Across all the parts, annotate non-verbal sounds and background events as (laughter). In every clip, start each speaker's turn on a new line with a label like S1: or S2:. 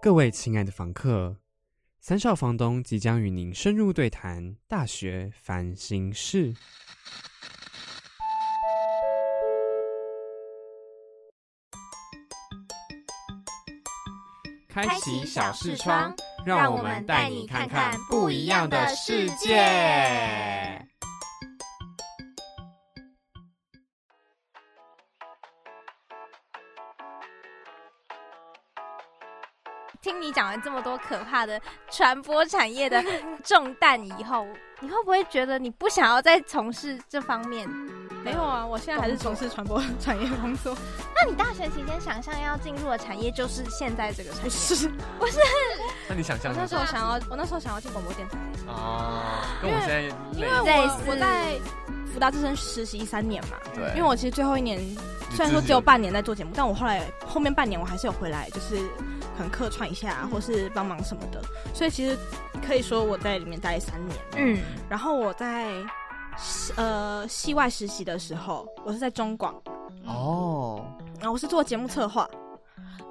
S1: 各位亲爱的房客，三少房东即将与您深入对谈大学烦心事。开
S2: 开启小视窗，让我们带你看看不一样的世界。听你讲了这么多可怕的传播产业的重担以后，你会不会觉得你不想要再从事这方面？
S3: 没有啊，我现在还是从事传播产业工作，
S2: 那你大学期间想象要进入的产业就是现在这个产业？
S3: 是。
S4: 那你想
S3: 我
S4: 象
S3: 那
S4: 的
S3: 时候想要，我那时候想要进广播电台，
S4: 啊，跟我现在
S3: 因为
S4: 累
S2: 类
S3: 我
S2: 似
S3: 我在福大之声实习三年嘛，
S4: 对，
S3: 因为我其实最后一年
S4: 你
S3: 虽然说
S4: 自己
S3: 只有半年在做节目，但我后来后面半年我还是有回来，就是可能客串一
S4: 嗯
S3: 下，或是帮忙什么的，所以其实可以说我在里面待了三年。
S2: (laughs) 嗯，
S3: 然后我在呃系外实习的时候，我是在中广，
S4: 哦，
S3: 然后我是做节目策划，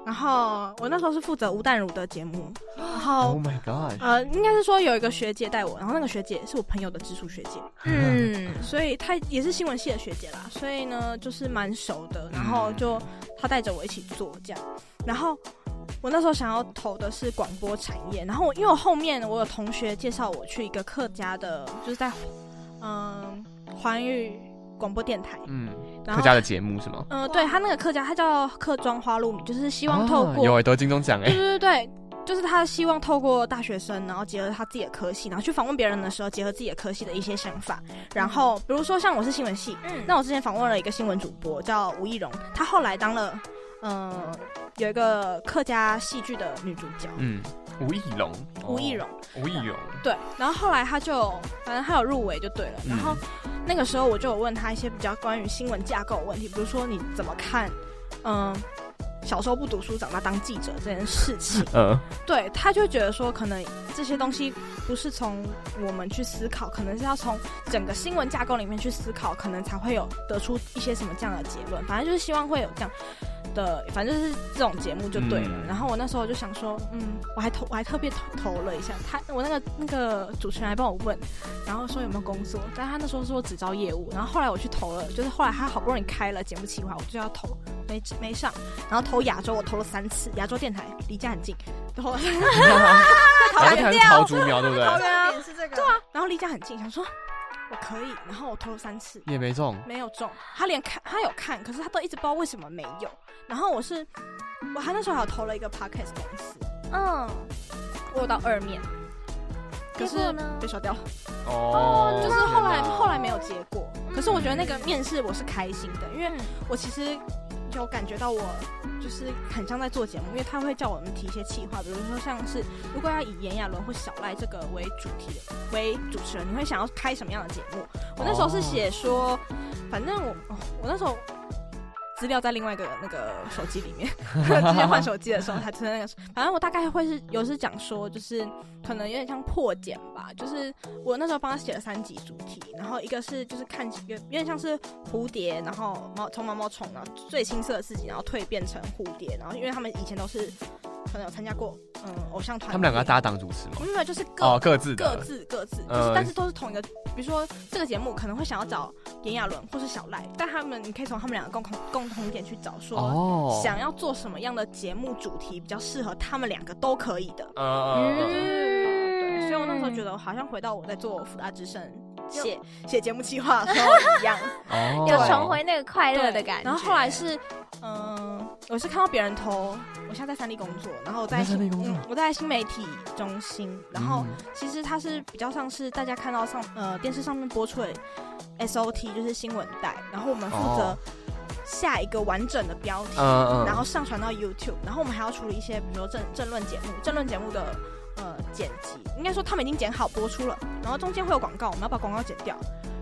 S3: 然后我那时候是负责吴淡如的节目，然后
S4: Oh my god！
S3: 呃，应该是说有一个学姐带我，然后那个学姐是我朋友的直属学姐，
S2: 嗯，
S3: 所以她也是新闻系的学姐啦，所以呢就是蛮熟的，然后就她带着我一起做这样，然后。我那时候想要投的是广播产业，然后我因为我后面我有同学介绍我去一个客家的，就是在嗯环宇广播电台，
S4: (laughs) 嗯，
S3: 然
S4: 客
S3: 后
S4: 家的节目是吗？
S3: 呃对他那个客家，他叫客庄花露米，就是希
S4: 希
S3: 望透过
S4: 有哎，得金钟奖
S3: 对
S4: 哎，
S3: 对对对，就是他希望透过大学生，然后结合他自己的科系，然后去访问别人的时候，结合自己的科系的一些想法。然后比如说像我是新闻系，
S2: 嗯
S3: 那我之前访问了一个新闻主播叫吴亦荣，她后来当了呃有一个客家戏剧的女主角。
S4: 嗯，吴亦龙，
S3: 吴亦荣，
S4: 哦，吴亦荣，
S3: 对，然后后来她就反正她有入围就对了，然后那个时候我就有问他一些比较关于新闻架构的问题，比如说你怎么看，嗯、小时候不读书，长大当记者这件事情。
S4: 呃，
S3: 对，他就觉得说，可能这些东西不是从我们去思考，可能是要从整个新闻架构里面去思考，可能才会有得出一些什么这样的结论。反正就是希望会有这样的，反正就是这种节目就对了。
S4: 嗯
S3: 然后我那时候就想说，嗯，我还投，我还特别投投了一下，他我那个那个主持人还帮我问，然后说有没有工作，但他那时候说只招业务，然后后来我去投了，就是后来他好不容易开了节目企划，我就要投。没没上，然后投亚洲，我投了三次，亚洲电台离家很近，然 (laughs) 后
S4: 呃桃台是桃竹苗对不对？
S3: 对啊
S2: 点是这个，
S3: 对啊，然后离家很近，想说我可以，然后我投了三次
S4: 也没中，
S3: 没有中，他连看他有看，可是他都一直不知道为什么没有。然后我是我还那时候还有投了一个 podcast 公司，
S2: 嗯，
S3: 我有到二面，可
S2: 结果
S3: 是
S2: 呢
S3: 被刷掉，
S4: 哦
S3: 就是后来后来没有结果。可是我觉得
S2: 嗯
S3: 那个面试我是开心的，因为我其实有感觉到我就是很像在做节目，因为他会叫我们提一些企划，比如说像是如果要以炎亚纶或小赖这个为主题的为主持人，你会想要开什么样的节目？我那时候是写说，反正我哦我那时候。资料在另外一个那个手机里面， (laughs) 之前换手机的时候才存在那个。反正我大概会是有是讲说，就是可能有点像破茧吧，就是我那时候帮他写了三集主题，然后一个是就是看起有有点像是蝴蝶，然后毛从毛毛虫，然后最青涩的自己，然后蜕变成蝴蝶，然后因为他们以前都是可能有参加过嗯偶像团体，
S4: 他们两个要搭档主持吗？
S3: 没有没有就是各、
S4: 哦，各自
S3: 各
S4: 的，
S3: 自各自，就是、
S4: 呃
S3: 但是都是同一个，比如说这个节目可能会想要找炎亚纶或是小赖，但他们你可以从他们两个共同共同点去找说。
S4: 哦，
S3: 想要做什么样的节目主题比较适合他们两个都可以的，
S4: 呃，
S2: 嗯
S4: 呃，
S3: 对，所以我那时候觉得，好像回到我在做福大之声写写节目计划的时候一样，
S4: 呃哦，
S2: 有重回那个快乐的感觉。
S3: 然后后来是，嗯、我是看到别人投，我现在在三立工作，然后我在
S4: 你在三
S3: 新
S4: 立工作
S3: 嗯，我在新媒体中心，然后
S4: 嗯
S3: 其实它是比较像是大家看到上呃电视上面播出的 SOT 就是新闻带，然后我们负责
S4: 哦
S3: 下一个完整的标题，
S4: 嗯嗯，
S3: 然后上传到 YouTube，然后我们还要处理一些，比如说政政论节目，政论节目的呃剪辑，应该说他们已经剪好播出了，然后中间会有广告，我们要把广告剪掉，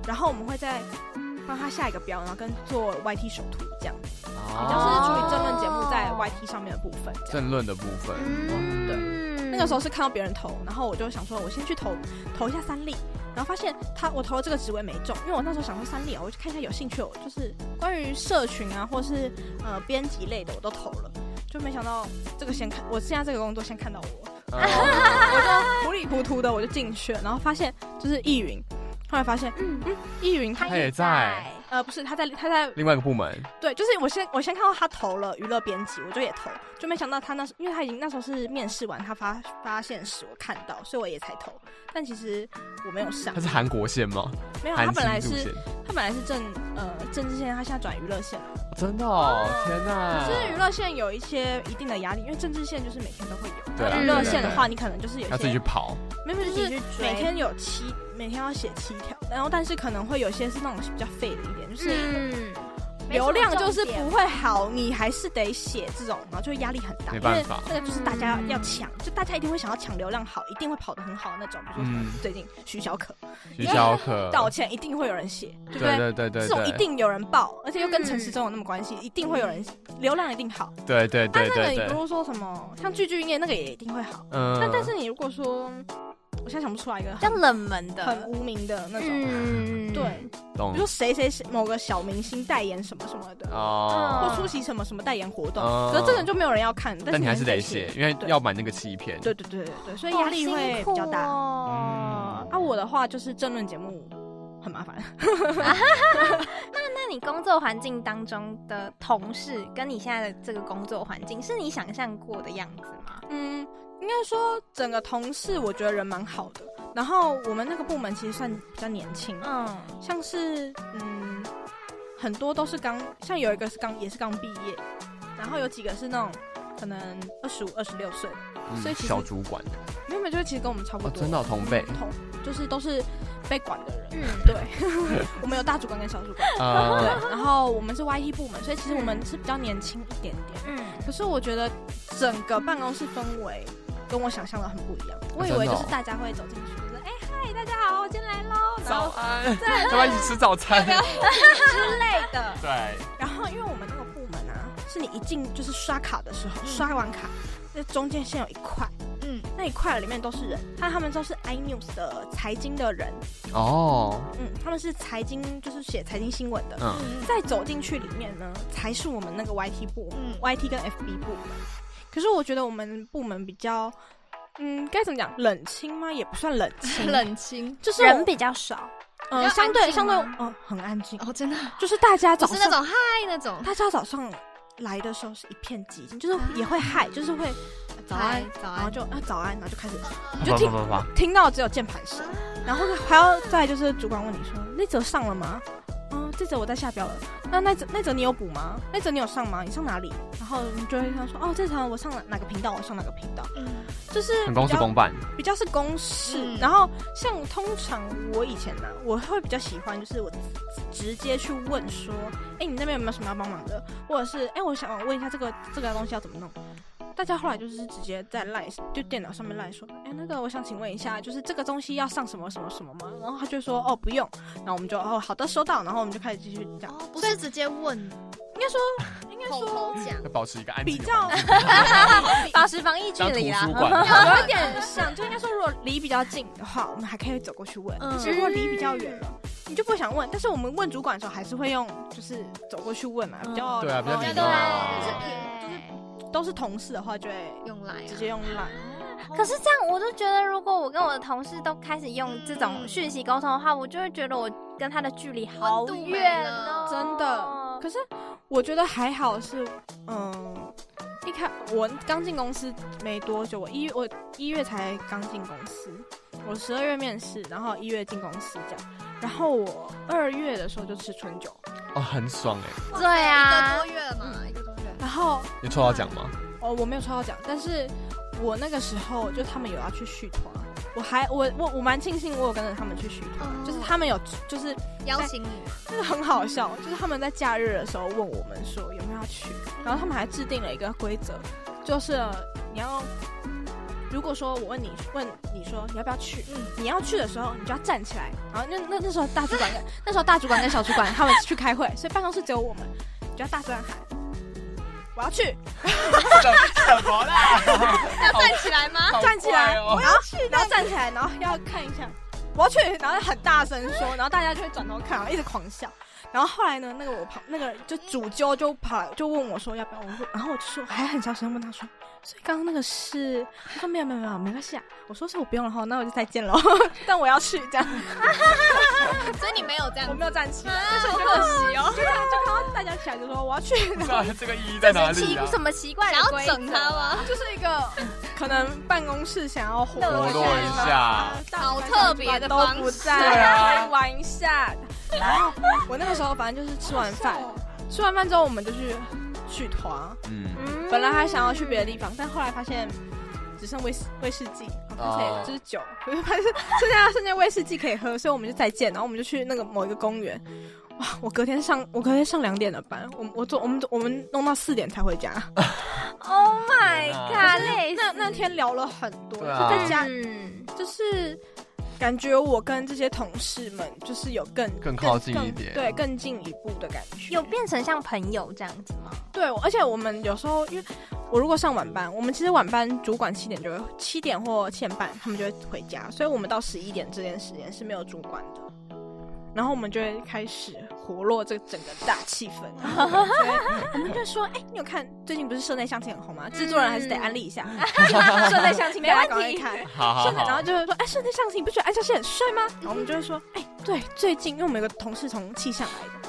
S3: 然后我们会再帮他下一个标，然后跟做 YT 首图这样，
S4: 嗯
S3: 比较是处理政论节目在 YT 上面的部分这样。
S4: 哦政论的部分，
S2: 嗯，
S3: 对
S2: 对
S3: 那个时候是看到别人投，然后我就想说，我先去投投一下三立，然后发现他我投了这个职位没中，因为我那时候想说三立啊，我去看一下有兴趣，我就是关于社群啊，或是呃编辑类的我都投了，就没想到这个先看，我现在这个工作先看到我，
S4: 嗯
S3: 糊里糊涂的我就进去了，然后发现就是易云，后来发现
S2: 嗯，
S3: 易云他
S2: 他
S4: 他也在，
S3: 呃不是他在他在
S4: 另外一个部门，
S3: 对，就是我先我先看到他投了娱乐编辑，我就也投，就没想到他那时因为他已经那时候是面试完，他发发现时我看到，所以我也才投，但其实我没有上
S4: 他，是韩国线吗？
S3: 没有
S4: 韩
S3: 他
S4: 系
S3: 本来
S4: 路
S3: 是
S4: 线，
S3: 他本来是政呃政治线，他现在转娱乐线了。
S4: 真的哦，天哪！
S3: 就是娱乐线有一些一定的压力，因为政治线就是每天都会有。
S4: 对啊
S3: 那娱乐线的话，你可能就是有
S4: 要
S3: 一
S4: 自己去
S3: 些，
S4: 跑，
S3: 没有就是
S2: 自己去追
S3: 每天有七，每天要写七条，然后但是可能会有些是那种比较废的一点，就是
S2: 嗯，
S3: 流量就是不会好，你还是得写这种，然后就压力很大，
S4: 没
S3: 因
S4: 办
S3: 为
S4: 法
S3: 那个就是大家要抢，就大家一定会想要抢流量好，一定会跑得很好的那种，比如说什么
S4: 嗯
S3: 最近徐小可
S4: 徐小可，
S3: 道歉，一定会有人写，对不
S4: 对对对对，
S3: 这种
S4: 对
S3: 一定有人爆，而且又跟陈时中有那么关系，一定会有人流量一定好。
S4: 对对
S3: 但
S4: 对
S3: 那个
S4: 对
S3: 你不
S4: 对，
S3: 如说什么，像聚聚业那个也一定会好。
S4: 嗯
S3: 那、但是你如果说，我现在想不出来一个
S2: 比较
S3: 很
S2: 冷门的，
S3: 很无名的那种，
S2: 嗯，
S3: 对，比
S4: 懂
S3: 如说谁谁谁某个小明星代言什么什么的，
S4: 哦
S3: 或，出席什么什么代言活动，
S4: 嗯
S3: 可是这个就没有人要看，嗯但是
S4: 但你还是
S3: 是
S4: 得写，。因为
S3: 对
S4: 要买那个欺骗，
S3: 对对对对对，所以压力会比较大。
S2: 啊哦
S4: 嗯
S3: 啊，我的话就是政论节目很麻烦，
S2: 那你工作环境当中的同事，跟你现在的这个工作环境，是你想象过的样子吗？
S3: 嗯，应该说整个同事我觉得人蛮好的，然后我们那个部门其实算比较年轻，
S2: 嗯，
S3: 像是嗯，很多都是刚，像有一个是刚也是刚毕业，然后有几个是那种可能二十五、二十六岁，
S4: 嗯
S3: 所以其实
S4: 小主
S3: (laughs)
S4: 管
S3: 没有没有，就是其实跟我们差不
S4: 哦，
S3: 多，
S4: 真的哦同辈，
S3: 同就是都是被管的人。
S2: 嗯
S3: 对，我们有大主管跟小主管，对
S4: 呃，，
S3: 然后我们是 YT 部门，所以其实我们是比较年轻一点点。
S2: 嗯，
S3: 可是我觉得整个办公室氛围跟我想象的很不一样，我以为就是大家会走进去，就是哎嗨，大家好，我今天来喽，然后
S4: 安，要不要一起吃早
S3: (laughs)
S4: 餐？
S3: 之类的。
S4: (laughs) 对，
S3: 然后因为我们那个部门啊，是你一进就是刷卡的时候，刷完卡，那中间先有一块，嗯，那一块里面都是人，那他们都是 iNews 的财经的人，
S4: 哦，
S3: 嗯，他们是财经就是写财经新闻的。
S4: 嗯，
S3: 再走进去里面呢，才是我们那个 YT 部、
S5: 嗯
S3: YT 跟 FB 部门。可是我觉得我们部门比较，嗯，该怎么讲，冷清吗？也不算冷清，
S5: (laughs) 冷清
S3: 就是
S2: 人
S3: 人
S2: 比较少，
S3: 呃
S5: 比较
S3: 相对
S5: 安静
S3: 相对
S5: 吗
S3: 嗯很安静，
S5: 哦，真的
S3: 就是大家
S5: 不
S3: 早
S5: 是
S3: 上
S5: 那种嗨那种，
S3: 大家早上来的时候是一片寂静，就是也
S5: 啊
S3: 会嗨，就是会早安，
S5: 嗨早
S3: 然后
S5: 安，
S3: 就啊早安，然后就开始
S4: 不
S3: 就
S4: 嗯不
S3: 听
S4: 不不，
S3: 听到只有键盘声，然后还要再就是主管问你说那则上了吗？嗯，这则我在下标了。那那则那则你有补吗？那则你有上吗？你上哪里？然后你就会他说哦，这场我上了哪个频道，我上哪个频道，
S5: 嗯
S3: 就是
S4: 很公
S3: 比
S4: 事
S3: 较
S4: 公办，
S3: 比较是公式。
S5: 嗯
S3: 然后像通常我以前呢、啊我会比较喜欢，就是我直接去问说，哎、你那边有没有什么要帮忙的？或者是，哎、我想问一下这个这个东西要怎么弄？大家后来就是直接在 line 就电脑上面 line 说，哎、那个我想请问一下，就是这个东西要上什么什么什么吗？然后他就说，哦，不用。然后我们就，哦，好的，收到。然后我们就开始继续讲，
S5: 哦，不是直接问，
S3: 应该说，应该
S5: 口
S3: 说
S5: 头讲，
S4: 保持一个安
S3: 比
S4: 静的
S3: 较
S4: (laughs)
S3: 啊
S4: 环境，
S2: 保持防疫距
S4: 像图
S2: 离啦
S4: 书。馆，
S3: (laughs) 有一点像，就应该说，如果离比较近的话，我们还可以走过去问；，
S5: 嗯
S3: 但是如果离比较远了，你就不想问。但是我们问主管的时候，还是会用就是走过去问嘛，比较哦
S4: 对啊，比
S2: (laughs)
S4: 较礼
S5: 对
S4: 貌
S3: 就是
S4: 啊，
S3: 平都是同事的话，就会
S5: 用来
S3: 啊
S5: 啊
S3: 直接用 l
S2: 可是这样，我就觉得，如果我跟我的同事都开始用这种讯息沟通的话，我就会觉得我跟他的距离好远哦，
S3: 真的。可是我觉得还好是，嗯，一开我刚进公司没多久，我一我一月才刚进公司，我十二月面试，然后一月进公司这样，然后我二月的时候就吃春酒。
S4: 哦，很爽哎，
S2: 对啊
S5: 一个多月嘛，一个多月，
S3: 然后
S4: 你抽到奖吗？
S3: (laughs) 哦，我没有抽到奖，但是我那个时候就他们有要去续团，啊我还我我我蛮庆幸我有跟着他们去续团，
S5: 哦
S3: 就是他们有就是
S5: 邀请你，
S3: 就是很好笑，就是他们在假日的时候问我们说有没有要去，然后他们还制定了一个规则，就是你要。如果说我问你问你说你要不要去，
S5: 嗯
S3: 你要去的时候你就要站起来。然后那那那时候大主
S5: (laughs)
S3: 管跟那时候大主管跟小主管他们去开会，所以办公室只有我们，你就要大声喊我要去，
S4: 怎么 (laughs) 啦？
S5: 站起来吗？
S4: (laughs) 哦
S3: 站起来，
S4: 好
S3: 我
S4: 怪
S3: 要去，然后站起来，然后要看一下，我要去，然后很大声说，然后大家就会转头看，然后一直狂笑。然后后来呢，那个我旁那个就主揪就跑来就问我说要不要，我说，然后我就说还很小声地问他说，所以刚刚那个是，他说没有没有没有没关系啊，我说是我不用了 (laughs) 哈，那我就再见喽，但我要去这样，
S5: 所以你没有这样
S3: 我没有站起来，
S5: 啊，好可惜哦。
S3: 就看就看到大家起来就说我要去，
S4: 不知道这个意义在哪里
S2: 奇
S4: 啊？
S2: 什么奇怪
S5: 想
S2: 的规
S5: 要
S2: 则
S5: 整他？吗？
S3: 就是一个可能办公室想要活动
S4: 活动一下，
S5: 好特别的
S3: 都
S5: 方式
S3: 不
S4: 对
S3: 在，
S4: 啊
S3: 玩一下。然后啊我那个时候反正就是吃完饭，吃完饭之后我们就去去团，
S4: 嗯，
S2: 嗯
S3: 本来还想要去别的地方，但后来发现。只剩威士威士忌，而
S4: 哦
S3: 且就是酒， (laughs) 我就发现剩下剩下威士忌可以喝，所以我们就再见，然后我们就去那个某一个公园。哇，我隔天上我隔天上两点的班，我我做我们我们弄到四点才回家。
S2: ，Oh my
S4: 啊
S2: god，累死
S3: 那那天聊了很多，
S4: 对啊
S3: 就在家
S2: 嗯
S3: 就是感觉我跟这些同事们就是有更
S4: 更靠近一点
S3: 更对，更进一步的感觉。
S2: 有变成像朋友这样子吗？
S3: 对，而且我们有时候因为我如果上晚班，我们其实晚班主管七点就会七点或七点半他们就会回家，所以我们到十一点这段时间是没有主管的。然后我们就会开始活络这整个大气氛，然
S2: (laughs)
S3: 后我们就会我们就说：“哎、你有看最近不是社内相亲很红吗？制作人还是得安利一下、
S2: 嗯
S3: (laughs) 社内相亲，大家赶快看。”
S4: 好好
S3: 顺着，然后
S4: 好，
S3: 就会说，哎，顺天相亲，你不觉得安孝燮很帅吗？然后我们就会说，哎，对，最近，因为我们有个同事从气象来的，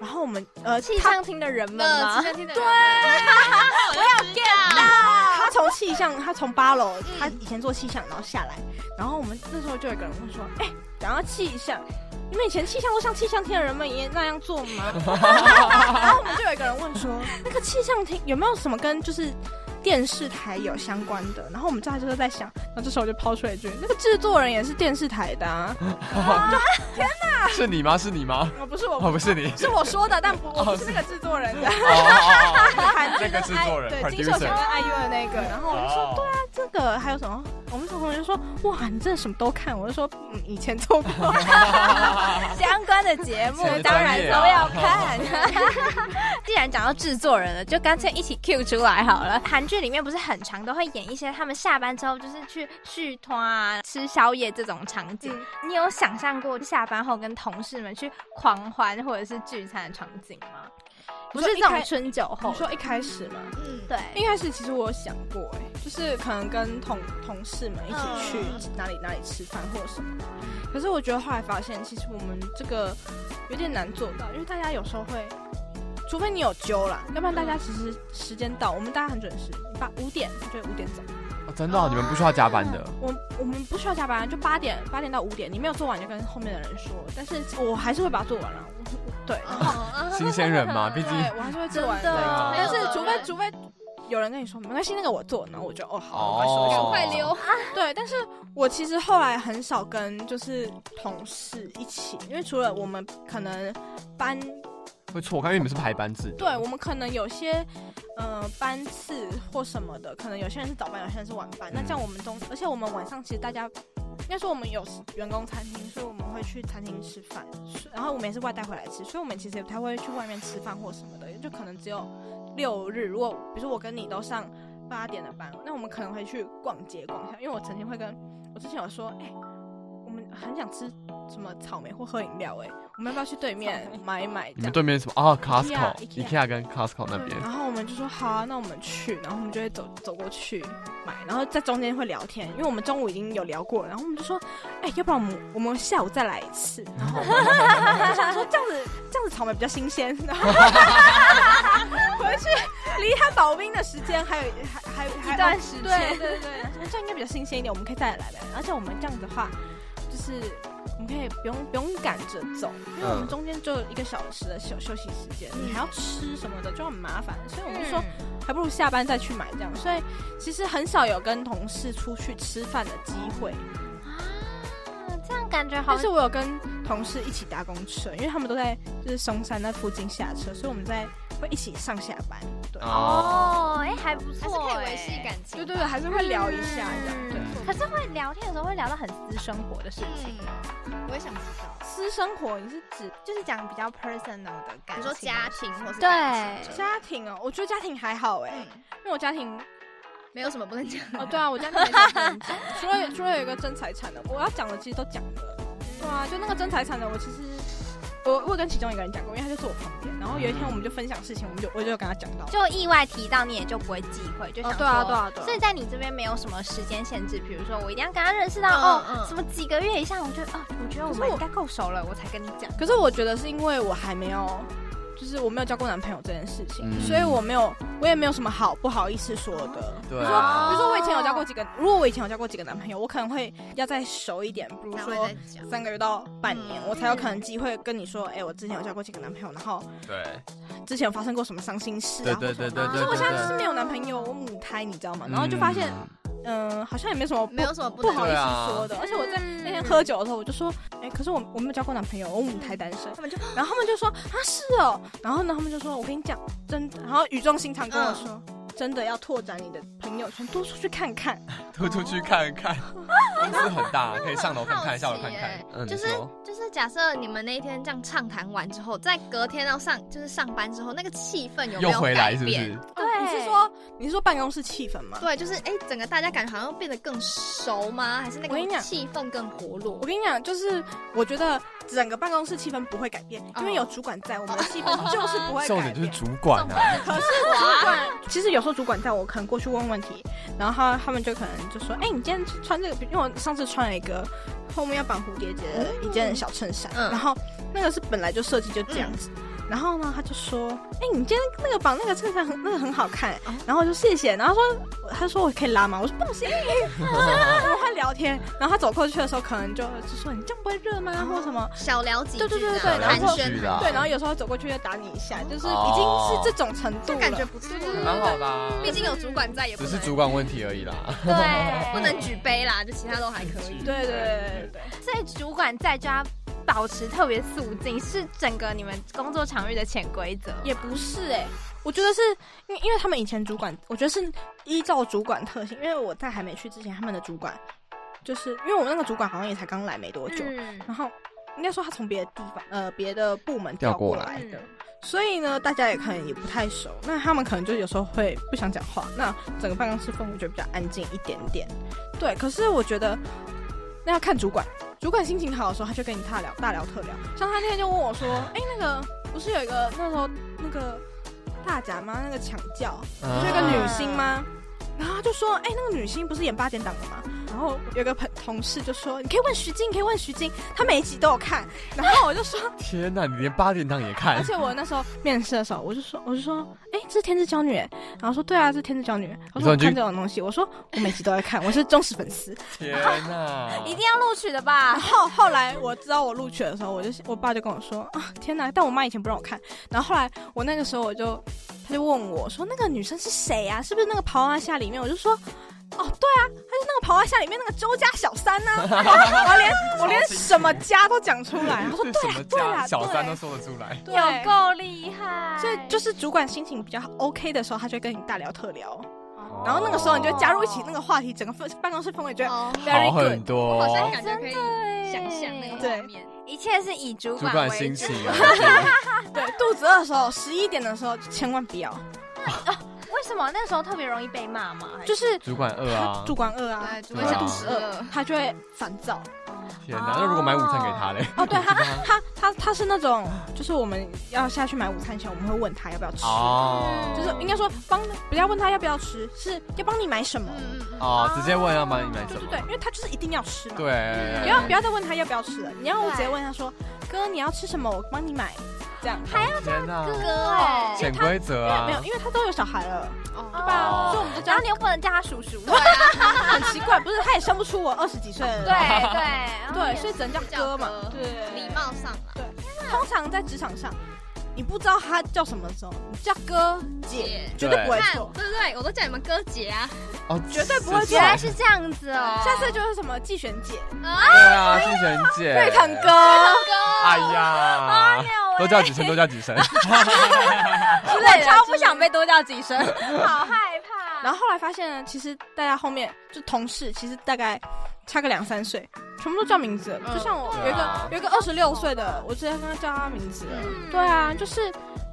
S3: 然后我们呃，
S2: 气
S3: 他
S2: 呃象厅的人们
S5: 那
S2: 吗
S5: 今？天听的对，我要 get
S3: 他从气象，他从八楼，他
S5: 嗯
S3: 以前做气象，然后下来，然后我们那时候就有一个人问说，哎，讲到气象。你们以前气象都像气象厅的人们也那样做吗？然后我们就有一个人问说，那个气象厅有没有什么跟就是电视台有相关的？然后我们大家就在想，然后这时候我就抛出了一句，那个制作人也是电视台的啊。
S4: 是你吗？是你吗？
S3: 哦，不是我，
S4: 哦，不是你，
S3: 是我说的，
S2: (laughs)
S3: 但不我不
S4: 哦
S3: 是那个制作人的，(laughs)
S4: 哦哦哦
S3: 韩剧
S4: 这
S3: 跟
S4: 个制作
S3: I
S4: 人
S3: 对金秀
S4: producer
S3: 贤跟 IU 的那个，然后我就说
S4: 哦
S3: 对啊，这个还有什么？我们同学就说哇，你真的什么都看，我就说嗯，以前做过， (laughs)
S2: 相关的节目
S4: 谁
S2: 当然
S4: 专业
S2: 都
S4: 啊
S2: 要看。 (laughs) 既然讲到制作人了，就干脆一起 Q 出来好了。韩剧里面不是很常都会演一些他们下班之后就是去续团啊、吃宵夜这种场景。你有想象过下班后跟同事们去狂欢或者是聚餐的场景吗？不
S3: 你
S2: 是
S3: 说
S2: 这
S3: 一
S2: 种
S3: 开
S2: 春酒后
S3: 你，说一开始嘛，
S5: 嗯，
S2: 对，
S3: 一开始其实我有想过、哎，就是可能跟同同事们一起去
S5: 嗯
S3: 哪里哪里吃饭或者什么的。可是我觉得后来发现，其实我们这个有点难做到，因为大家有时候会，除非你有揪啦，要不然大家其实时间到，我们大家很准时，八五点就五点走。
S4: 哦真的哦，你们不需要加班的，
S3: 我我们不需要加班，就八点八点到五点，你没有做完就跟后面的人说，但是我还是会把它做完了。我我对，
S2: 啊
S5: 哦
S4: 新鲜人
S2: (laughs)
S4: 嘛，毕
S3: 对
S4: 竟
S3: 我还是会做完
S2: 真的
S3: 对
S4: 啊
S3: 但是除
S5: 没有
S3: 非除非有人跟你说没关系，那个我做，然后我就哦好，
S4: 哦
S3: 我
S5: 赶快溜，
S3: 对，但是我其实后来很少跟就是同事一起，因为除了我们可能班，
S4: 会错开，因为你们是排班制的。
S3: 对我们可能有些呃班次或什么的，可能有些人是早班，有些人是晚班。那这样我们中，而且我们晚上其实大家。应该说我们有员工餐厅，所以我们会去餐厅吃饭，然后我们也是外带回来吃，所以我们其实也不太会去外面吃饭或什么的，就可能只有六日。如果比如说我跟你都上八点的班，那我们可能会去逛街逛一下，因为我曾经会跟我之前有说，哎、我们很想吃什么草莓或喝饮料、哎，我们要不要去对面买一买？
S4: 你
S3: 这
S4: 们
S3: 样。
S4: 对面是什么啊？Costco、
S3: IKEA
S4: IKEA 跟 Costco 那
S2: 嗯
S4: 边
S3: 然后我们就说好啊，那我们去，然后我们就会走走过去买，然后在中间会聊天，因为我们中午已经有聊过了，然后我们就说，哎、要不然我们我们下午再来一次，然后我就想说 (laughs) 这样子这样子草莓比较新鲜， (laughs) 然后回去离它保冰的时间还有还还还
S2: 一段时间
S3: 对对对，这样应该比较新鲜一点，我们可以再来呗，而且我们这样子的话就是。我们可以不用不用赶着走，因为我们
S4: 嗯
S3: 中间就有一个小时的休休息时间，你还要吃什么的就很麻烦，所以我们就说
S2: 嗯
S3: 还不如下班再去买这样。所以其实很少有跟同事出去吃饭的机会，
S2: 啊，这样感觉好
S3: 嗯但是我有跟同事一起搭公车，因为他们都在就是松山那附近下车，所以我们在会一起上下班。对，
S4: 哦，
S2: 哦，哎，还不
S5: 还是
S2: 错，
S5: 可以维系感情，
S3: 对对对，还是会聊一下这样。对，
S2: 嗯可是会聊天的时候会聊到很私生活的事情，
S5: 嗯，我也想知道，
S3: 私生活你是指
S2: 就是讲比较 personal 的感情。
S5: 你说家庭或是
S2: 对
S5: 感情
S3: 家庭哦？我觉得家庭还好哎、
S5: 嗯，
S3: 因为我家庭
S5: 没有什么不能讲，
S3: (laughs) 哦，对啊，我家里没什么不能讲，除了除了有一个争财产的，我要讲的其实都讲了。对啊，就那个争财产的，我其实我我有跟其中一个人讲过，因为他就坐我旁边，然后有一天我们就分享事情，我们就我就有跟他讲到，
S2: 就意外提到，你也就不会忌讳，就想
S3: 哦
S2: 说、
S3: 对啊对啊对啊
S2: 所以在你这边没有什么时间限制，比如说我一定要跟他认识到、
S5: 嗯
S2: 哦
S5: 嗯，
S2: 什么几个月以上，我觉得哦，我觉得我
S3: 可是
S2: 们
S3: 我
S2: 应该够熟了，我才跟你讲。
S3: 可是我觉得是因为我还没有，就是我没有交过男朋友这件事情，
S4: 嗯
S3: 所以我没有，我也没有什么好不好意思说的。
S4: 对
S3: 比
S4: 啊
S3: 如，说我以前有交过几个，如果我以前有交过几个男朋友，我可能会要再熟一点，比如
S5: 然后
S3: 说
S5: 再讲。
S3: 三个月到半年，
S5: 嗯
S3: 我才有可能机会跟你说，哎、我之前有交过几个男朋友，然后
S4: 对
S3: 之前有发生过什么伤心事
S4: 对
S3: 啊，
S4: 对对对
S3: 或者什么可
S4: 对对
S3: 是我现在就
S4: 对，
S3: 是没有男朋友，我母胎，你知道吗？然后就发现，
S4: 嗯
S3: 嗯、好像也没什么不
S5: 没有什么不
S3: 不
S5: 能
S3: 好意
S4: 对啊
S3: 思说的，而且我在
S2: 嗯
S3: 那天喝酒的时候，我就说，哎、可是我我没有交过男朋友，我母胎单身。
S5: 他们就
S3: 然后他们就说啊是哦，然后呢他们就说我跟你讲真的，然后语重心长跟我说、
S5: 嗯
S3: 真的要拓展你的朋友圈，多出去看看。
S4: 推出去看
S3: (laughs)
S4: 看，公司很大，可以上楼看看，下楼看看。嗯，
S5: 就是
S4: 你说
S5: 就是假设你们那一天这样畅谈完之后，在隔天要上就是上班之后，那个气氛有没
S4: 又
S5: 有
S4: 回来
S5: 改
S4: 是不
S5: 变？
S4: 是？
S2: 对
S3: 哦你是说你是说办公室气氛吗？
S5: 对，就是哎，整个大家感觉好像变得更熟吗？还是那
S3: 我跟你
S5: 个
S3: 讲
S5: 气氛更活络
S3: 我？跟你讲，就是我觉得整个办公室气氛不会改变，因
S5: 嗯
S3: 为有主管在，我们的气氛就是不会
S4: (laughs) 重
S3: 改
S4: 点就是
S3: 变。
S4: 主管啊，
S3: 可是主管，其实有时候主管在我可能过去问问题，然后他他们就可能就说：“哎、你今天穿这个，因为我上次穿了一个后面要绑蝴蝶结的一件小衬衫，
S5: 嗯
S3: 然后那个是本来就设计就这样子。然后呢，他就说：“哎、你今天那个绑那个衬衫很那个很好看。
S5: 哦
S3: 然后我就谢谢。然后说，他说我可以拉吗？我说不行。我们会聊天。然后他走过去的时候，可能就就说你这样不会热吗？
S5: 哦
S3: 或者什么？
S5: 小聊几句
S3: 对对对
S5: 这样
S3: 对然后
S5: 寒暄
S4: 去啦
S5: 寒暄
S3: 对，然后有时候走过去就打你一下，就是已经
S4: 哦
S3: 是这种程度
S5: 这
S3: 了。
S5: 感觉不错
S3: 对对
S5: 啊，
S4: 蛮好的啊，
S5: 毕竟有主管在，也不
S4: 只
S5: 能
S4: 是主管问题
S3: (laughs)
S4: 而已啦。
S2: 对，
S5: 不能举杯啦，就其他都还可以。
S3: 对对对对对。”
S2: 所以主管在就要保持特别肃静，是整个你们工作场域的潜规则吗。
S3: 也不是哎、我觉得是因为因为他们以前主管，我觉得是依照主管特性，因为我在还没去之前，他们的主管就是因为我那个主管好像也才刚来没多久，
S2: 嗯
S3: 然后应该说他从别的地方呃别的部门调
S4: 调过
S3: 过来
S2: 来
S3: 的，
S2: 嗯
S3: 所以呢大家也可能也不太熟，那他们可能就有时候会不想讲话，那整个办公室氛围就比较安静一点点。对，可是我觉得那要看主管，主管心情好的时候，他就跟你大聊大聊特聊。像他那天就问我说：“哎、那个不是有一个那时候那个大甲吗？那个抢教不是有一
S4: 嗯
S3: 个女星吗？”然后他就说：“哎、那个女星不是演八点档的吗？”然后有个朋同事就说：“你可以问徐静，你可以问徐静，她每一集都有看。”然后我就说
S4: 天哪，你连八点档也：“看
S3: 而？且我那时候面试的时候，我就说，我就说，哎、这是天之娇女欸。”然后说：“对啊，这是天之娇女。”我说：“
S4: 你说
S3: 我
S4: 你去
S3: 看这种东西。”我说：“我每集都在看，我是忠实粉
S4: (laughs)
S3: 丝。”
S4: 天
S3: (laughs)
S4: 哪，
S2: 一定要录取的吧
S3: 然？后后来我知道我录取的时候，我就我爸就跟我说啊，天哪！但我妈以前不让我看。然后后来我那个时候我就，他就问我说那个女生是谁啊？是不是那个《袍花下》里面？我就说。哦，对啊，她是那个《袍花下》里面那个周家小三
S4: (laughs)
S3: 呐、我连我连什么家都讲出来。他说
S4: 是什么
S3: 对啊
S4: 家小三
S3: 对
S4: 都说得出来？
S3: 对，
S2: (laughs)
S3: 啊
S4: (laughs)
S2: 有够厉害，
S3: 所以
S5: 哎
S3: 就是主管心情比较 OK 的时候，他就会跟你大聊特聊，
S2: 哦
S3: 然后那个时候你就加入一起那个话题，整个氛办公室氛围就会
S5: 哦，
S3: very
S4: 好
S3: good
S4: 很。多
S5: 好，像感觉可以
S2: 对
S5: 想象那个
S3: 对
S5: 画面。
S2: 一切是以主
S4: 主
S2: 管
S4: 管
S2: 为
S4: 心
S2: 主
S4: 情啊，
S3: 对，肚子饿的时候，十一点的时候千万不要，
S2: 为什么那时候特别容易被骂吗？还
S3: 就是
S4: 主管饿啊
S3: 他，主管饿啊，
S5: 哎，主
S4: 对
S5: 管
S4: 啊
S5: 想
S3: 肚
S5: 吃
S3: 子饿，
S5: 了，
S3: 他就会烦躁。
S4: 天哪，那如果买午餐给他嘞？ (laughs)
S3: 哦，对他，他他他是那种，就是我们要下去买午餐前，我们会问他要不要吃，
S2: 嗯
S4: 哦，
S3: 就是应该说帮不要问他要不要吃，是要帮你买什么。
S5: 嗯嗯嗯，
S4: 哦，直接问要买你买
S3: 对
S4: 什
S3: 对
S4: 么
S3: 对，？因为他就是一定要吃嘛。，
S4: 对，
S3: 不要不要再问他要不要吃了，你要直接问他说，哥你要吃什么，我帮你买，这样。
S4: 还要这样
S2: 哥哎，
S4: 潜规则啊
S3: 啊没，有，因为他都有小孩了，
S5: 哦，
S3: 对吧？所以我们就
S2: 然后你又不能叫他叔
S3: (laughs)
S2: 叔，对啊
S3: 很奇怪，不是他也生不出我二十几岁的人。 (laughs)
S2: 对
S3: 对，所以只能叫哥嘛
S5: 叫。哥
S3: 对，
S5: 礼貌上啊啦，
S3: 通常在职场上，你不知道他叫什么的时候，你叫哥姐
S5: 姐
S3: 绝对不会
S5: 看
S3: 错。
S5: 对不对？我都叫你们哥姐啊，
S4: 哦，
S3: 绝对不会
S4: 是啊
S2: 原来是这样子哦。
S3: 下次就是啊什么季璇姐、
S4: 对
S3: 哎
S4: 啊，是璇姐，
S3: 瑞腾哥
S4: 哎呀，多叫几声，多叫几声，
S3: 之类的，
S2: 超不想被多叫几声，好害怕。
S3: (laughs) 然后后来发现呢，其实大家后面就同事，其实大概差个两三岁，全部都叫名字了。
S5: 嗯
S3: 就像我
S4: 对啊
S3: 有一个有一个二十六岁的，我直接跟他叫他名字了。
S5: 嗯
S3: 对啊，就是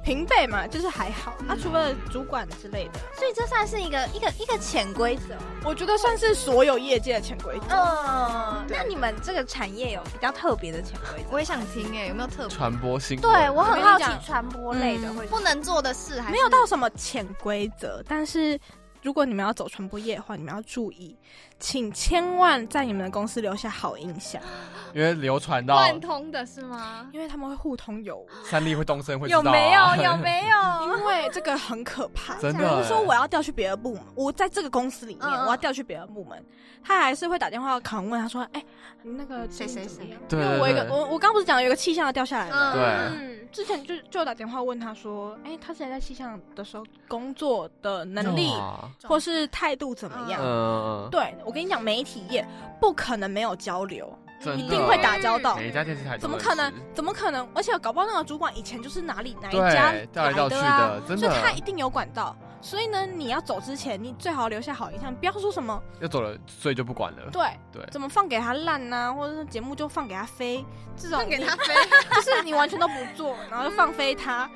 S3: 平辈嘛，就是还好。啊，除了主管之类的，
S2: 所以这算是一个一个一个潜规则。
S3: 我觉得算是所有业界的潜规则。
S2: 嗯，那你们这个产业有比较特别的潜规则？
S5: 我也想听哎，有没有特别
S4: (laughs) 传播新闻
S2: 对我很好奇
S3: 我跟你讲
S2: 传播类的
S3: 嗯
S2: 会是
S5: 不能做的事？还是
S3: 没有到什么潜规则，但是如果你们要走传播业的话，你们要注意，请千万在你们的公司留下好印象，
S2: 嗯
S4: 因为流传到
S5: 贯通的是吗？
S3: 因为他们会互通有无，
S4: 三立会动身会知道、
S2: 有
S4: 啊、
S2: 没
S4: (laughs)
S2: 有有没 (laughs) 有？
S3: 因为这个很可怕。
S4: 真的
S3: 假如说
S4: 欸
S3: 我要调去别的部门，我在这个公司里面，
S2: 嗯嗯
S3: 我要调去别的部门，他还是会打电话拷问，他说：“哎、你那个
S2: 谁谁
S3: 最近怎么样
S4: 谁对
S3: 因为我一个哦
S4: 对对
S3: 我我刚不是讲有一个气象要掉下来吗？
S4: 对
S5: (laughs)
S2: 嗯，
S3: 之前就就有打电话问他说：“哎、他之前在气象的时候工作的能力
S4: 哇
S3: 或是态度怎么样？”
S4: 嗯嗯，嗯
S3: 对，我跟你讲，媒体业不可能没有交流，
S4: 真的
S3: 一定会打交道。
S4: 每一家电视台都
S3: 怎么
S4: 会
S3: 可能
S4: 是？
S3: 怎么可能？而且搞不好那个主管以前就是哪里哪一
S4: 对
S3: 家
S4: 调来调去
S3: 的啊，
S4: 的真
S3: 所以
S4: 的
S3: 他一定有管道。所以呢，你要走之前，你最好留下好印象，不要说什么
S4: 要走了，所以就不管了。
S3: 对
S4: 对
S3: 怎么放给他烂呐、或者是节目就放给他飞，这种
S5: 送给
S3: 你
S5: 他飞，
S3: 就是你完全都不做，然后就放飞他，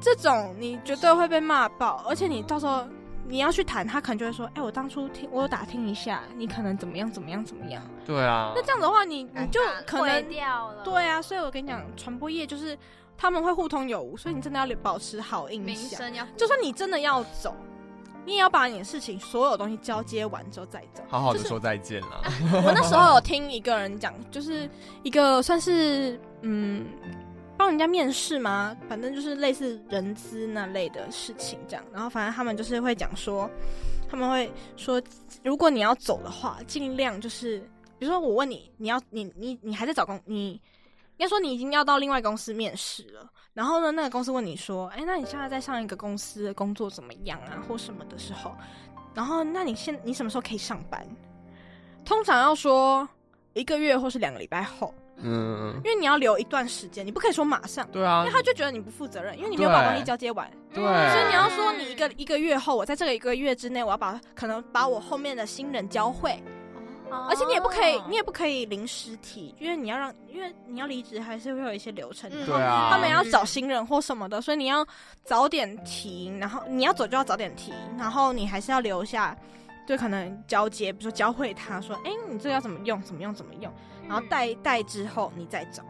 S3: 这种你绝对会被骂爆，而且你到时候。你要去谈，他可能就会说：“哎、我当初听，我有打听一下，你可能怎么样怎么样怎么样。”
S4: 对啊
S3: 那，这样的话你，你
S5: 哦尴
S3: 就
S5: 尬了
S3: 可
S2: 毁
S3: 能
S2: 掉了。
S3: 对啊，所以我跟你讲，传播业就是他们会互通有无，所以你真的要保持好印
S5: 名
S3: 象。
S5: 声要
S3: 就算你真的要走，你也要把你的事情所有东西交接完之后再走。
S4: 好好的
S3: 就是啊
S4: 说再见了。
S3: 我那时候有听一个人讲，就是一个算是嗯帮人家面试嘛，反正就是类似人资那类的事情这样。然后反正他们就是会讲说，他们会说，如果你要走的话，尽量就是，比如说我问你，你要你你你还在找工，你应该说你已经要到另外公司面试了。然后呢，那个公司问你说，哎，那你现在在上一个公司的工作怎么样啊，或什么的时候，然后那你现你什么时候可以上班？通常要说一个月或是两个礼拜后，
S4: (laughs) 嗯，嗯嗯
S3: 因为你要留一段时间，你不可以说马上，
S4: 对啊
S3: 因为，他就觉得你不负责任，因为你没有把东西交接完，
S4: 对，
S3: 所以你要说你一个一个月后，我在这个一个月之内，我要把可能把我后面的新人教会，
S5: 哦
S3: 而且你也不可
S2: 哦
S3: 以，你也不可以临时提，因为你要让，因为你要离职还是会有一些流程，
S5: 嗯
S4: 对啊
S3: 他们要找新人或什么的，所以你要早点提，然后你要走就要早点提，然后你还是要留下，就可能交接，比如说教会他说，哎、你这个要怎么用，怎么用，怎么用，然后带带之后你再走，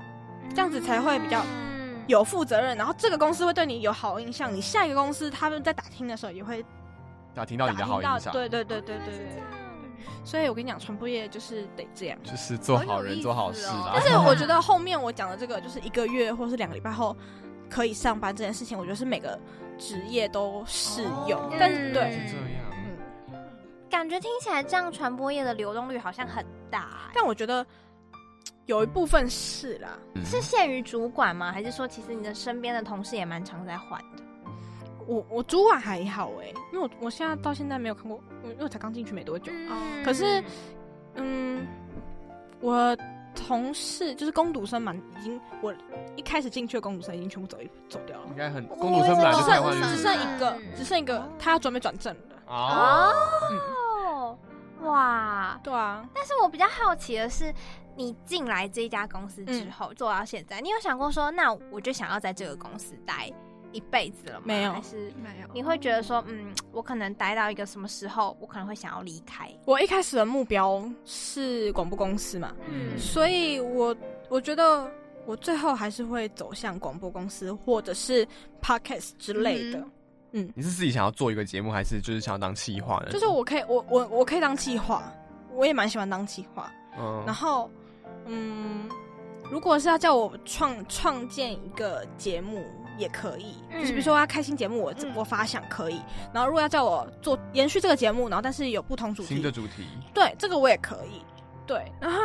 S3: 这样子才会比较
S2: 嗯
S3: 有负责任，然后这个公司会对你有好印象，你下一个公司他们在打听的时候也会
S4: 打听到
S3: 打
S4: 你的
S3: 听
S4: 好
S3: 到
S4: 印，象，
S3: 对对对对对对，所以我跟你讲，传播业就是得这样。
S4: 就是做好人做好事啊啦。
S3: 但是我觉得后面我讲的这个，就是一个月或是两个礼拜后可以上班这件事情，我觉得是每个职业都适用。
S4: 哦
S3: 但是对，
S4: 是这样，
S2: 感觉听起来这样传播业的流动率好像很大欸，
S3: 但我觉得嘖有一部分是啦，
S2: 是限于主管吗？还是说其实你的身边的同事也蛮常在换的？
S3: 我我主管还好哎、因为我我现在到现在没有看过，我因为我才刚进去没多久，
S2: 嗯
S3: 可是嗯，我同事就是攻读生嘛，已经我一开始进去的攻读生已经全部走一走掉了
S4: 嗯应，该很公主生本来就
S3: 只
S5: 不太
S4: 台
S5: 会
S4: 湾
S3: 剩
S4: 人
S3: 只剩一个，只剩一个，他要准备转正了。
S4: 啊，
S2: 哦，哇！
S3: 对啊，
S2: 但是我比较好奇的是，你进来这一家公司
S3: 嗯
S2: 之后、做到现在，你有想过说，那我就想要在这个公司待一辈子了吗？
S3: 没有
S2: 还是
S5: 没有
S2: 你会觉得说，嗯，我可能待到一个什么时候，我可能会想要离开。
S3: 我一开始的目标是广播公司嘛，
S4: 嗯
S3: 所以我我觉得我最后还是会走向广播公司或者是 podcast 之类
S2: 嗯
S3: 的，
S4: 你是自己想要做一个节目，还是就是想要当企划呢？
S3: 就是我可以我我我可以当企划，我也蛮喜欢当企划。
S4: 嗯，
S3: 然后，嗯，如果是要叫我创创建一个节目。也可以，
S2: 嗯
S3: 就是比如说要开心节目，我自
S2: 嗯
S3: 我发想可以。然后如果要叫我做延续这个节目，然后但是有不同主题，
S4: 新的主题，
S3: 对，这个我也可以。对，然后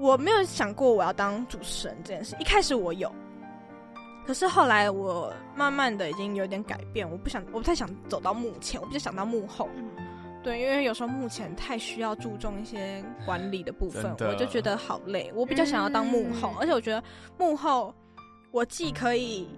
S3: 我没有想过我要当主持人这件事，一开始我有，可是后来我慢慢的已经有点改变，我不想，我不太想走到幕前，我比较想到幕后。对，因为有时候幕前太需要注重一些管理的部分，
S4: 真的
S3: 我就觉得好累。我比较想要当幕后，
S2: 嗯
S3: 而且我觉得幕后我既可以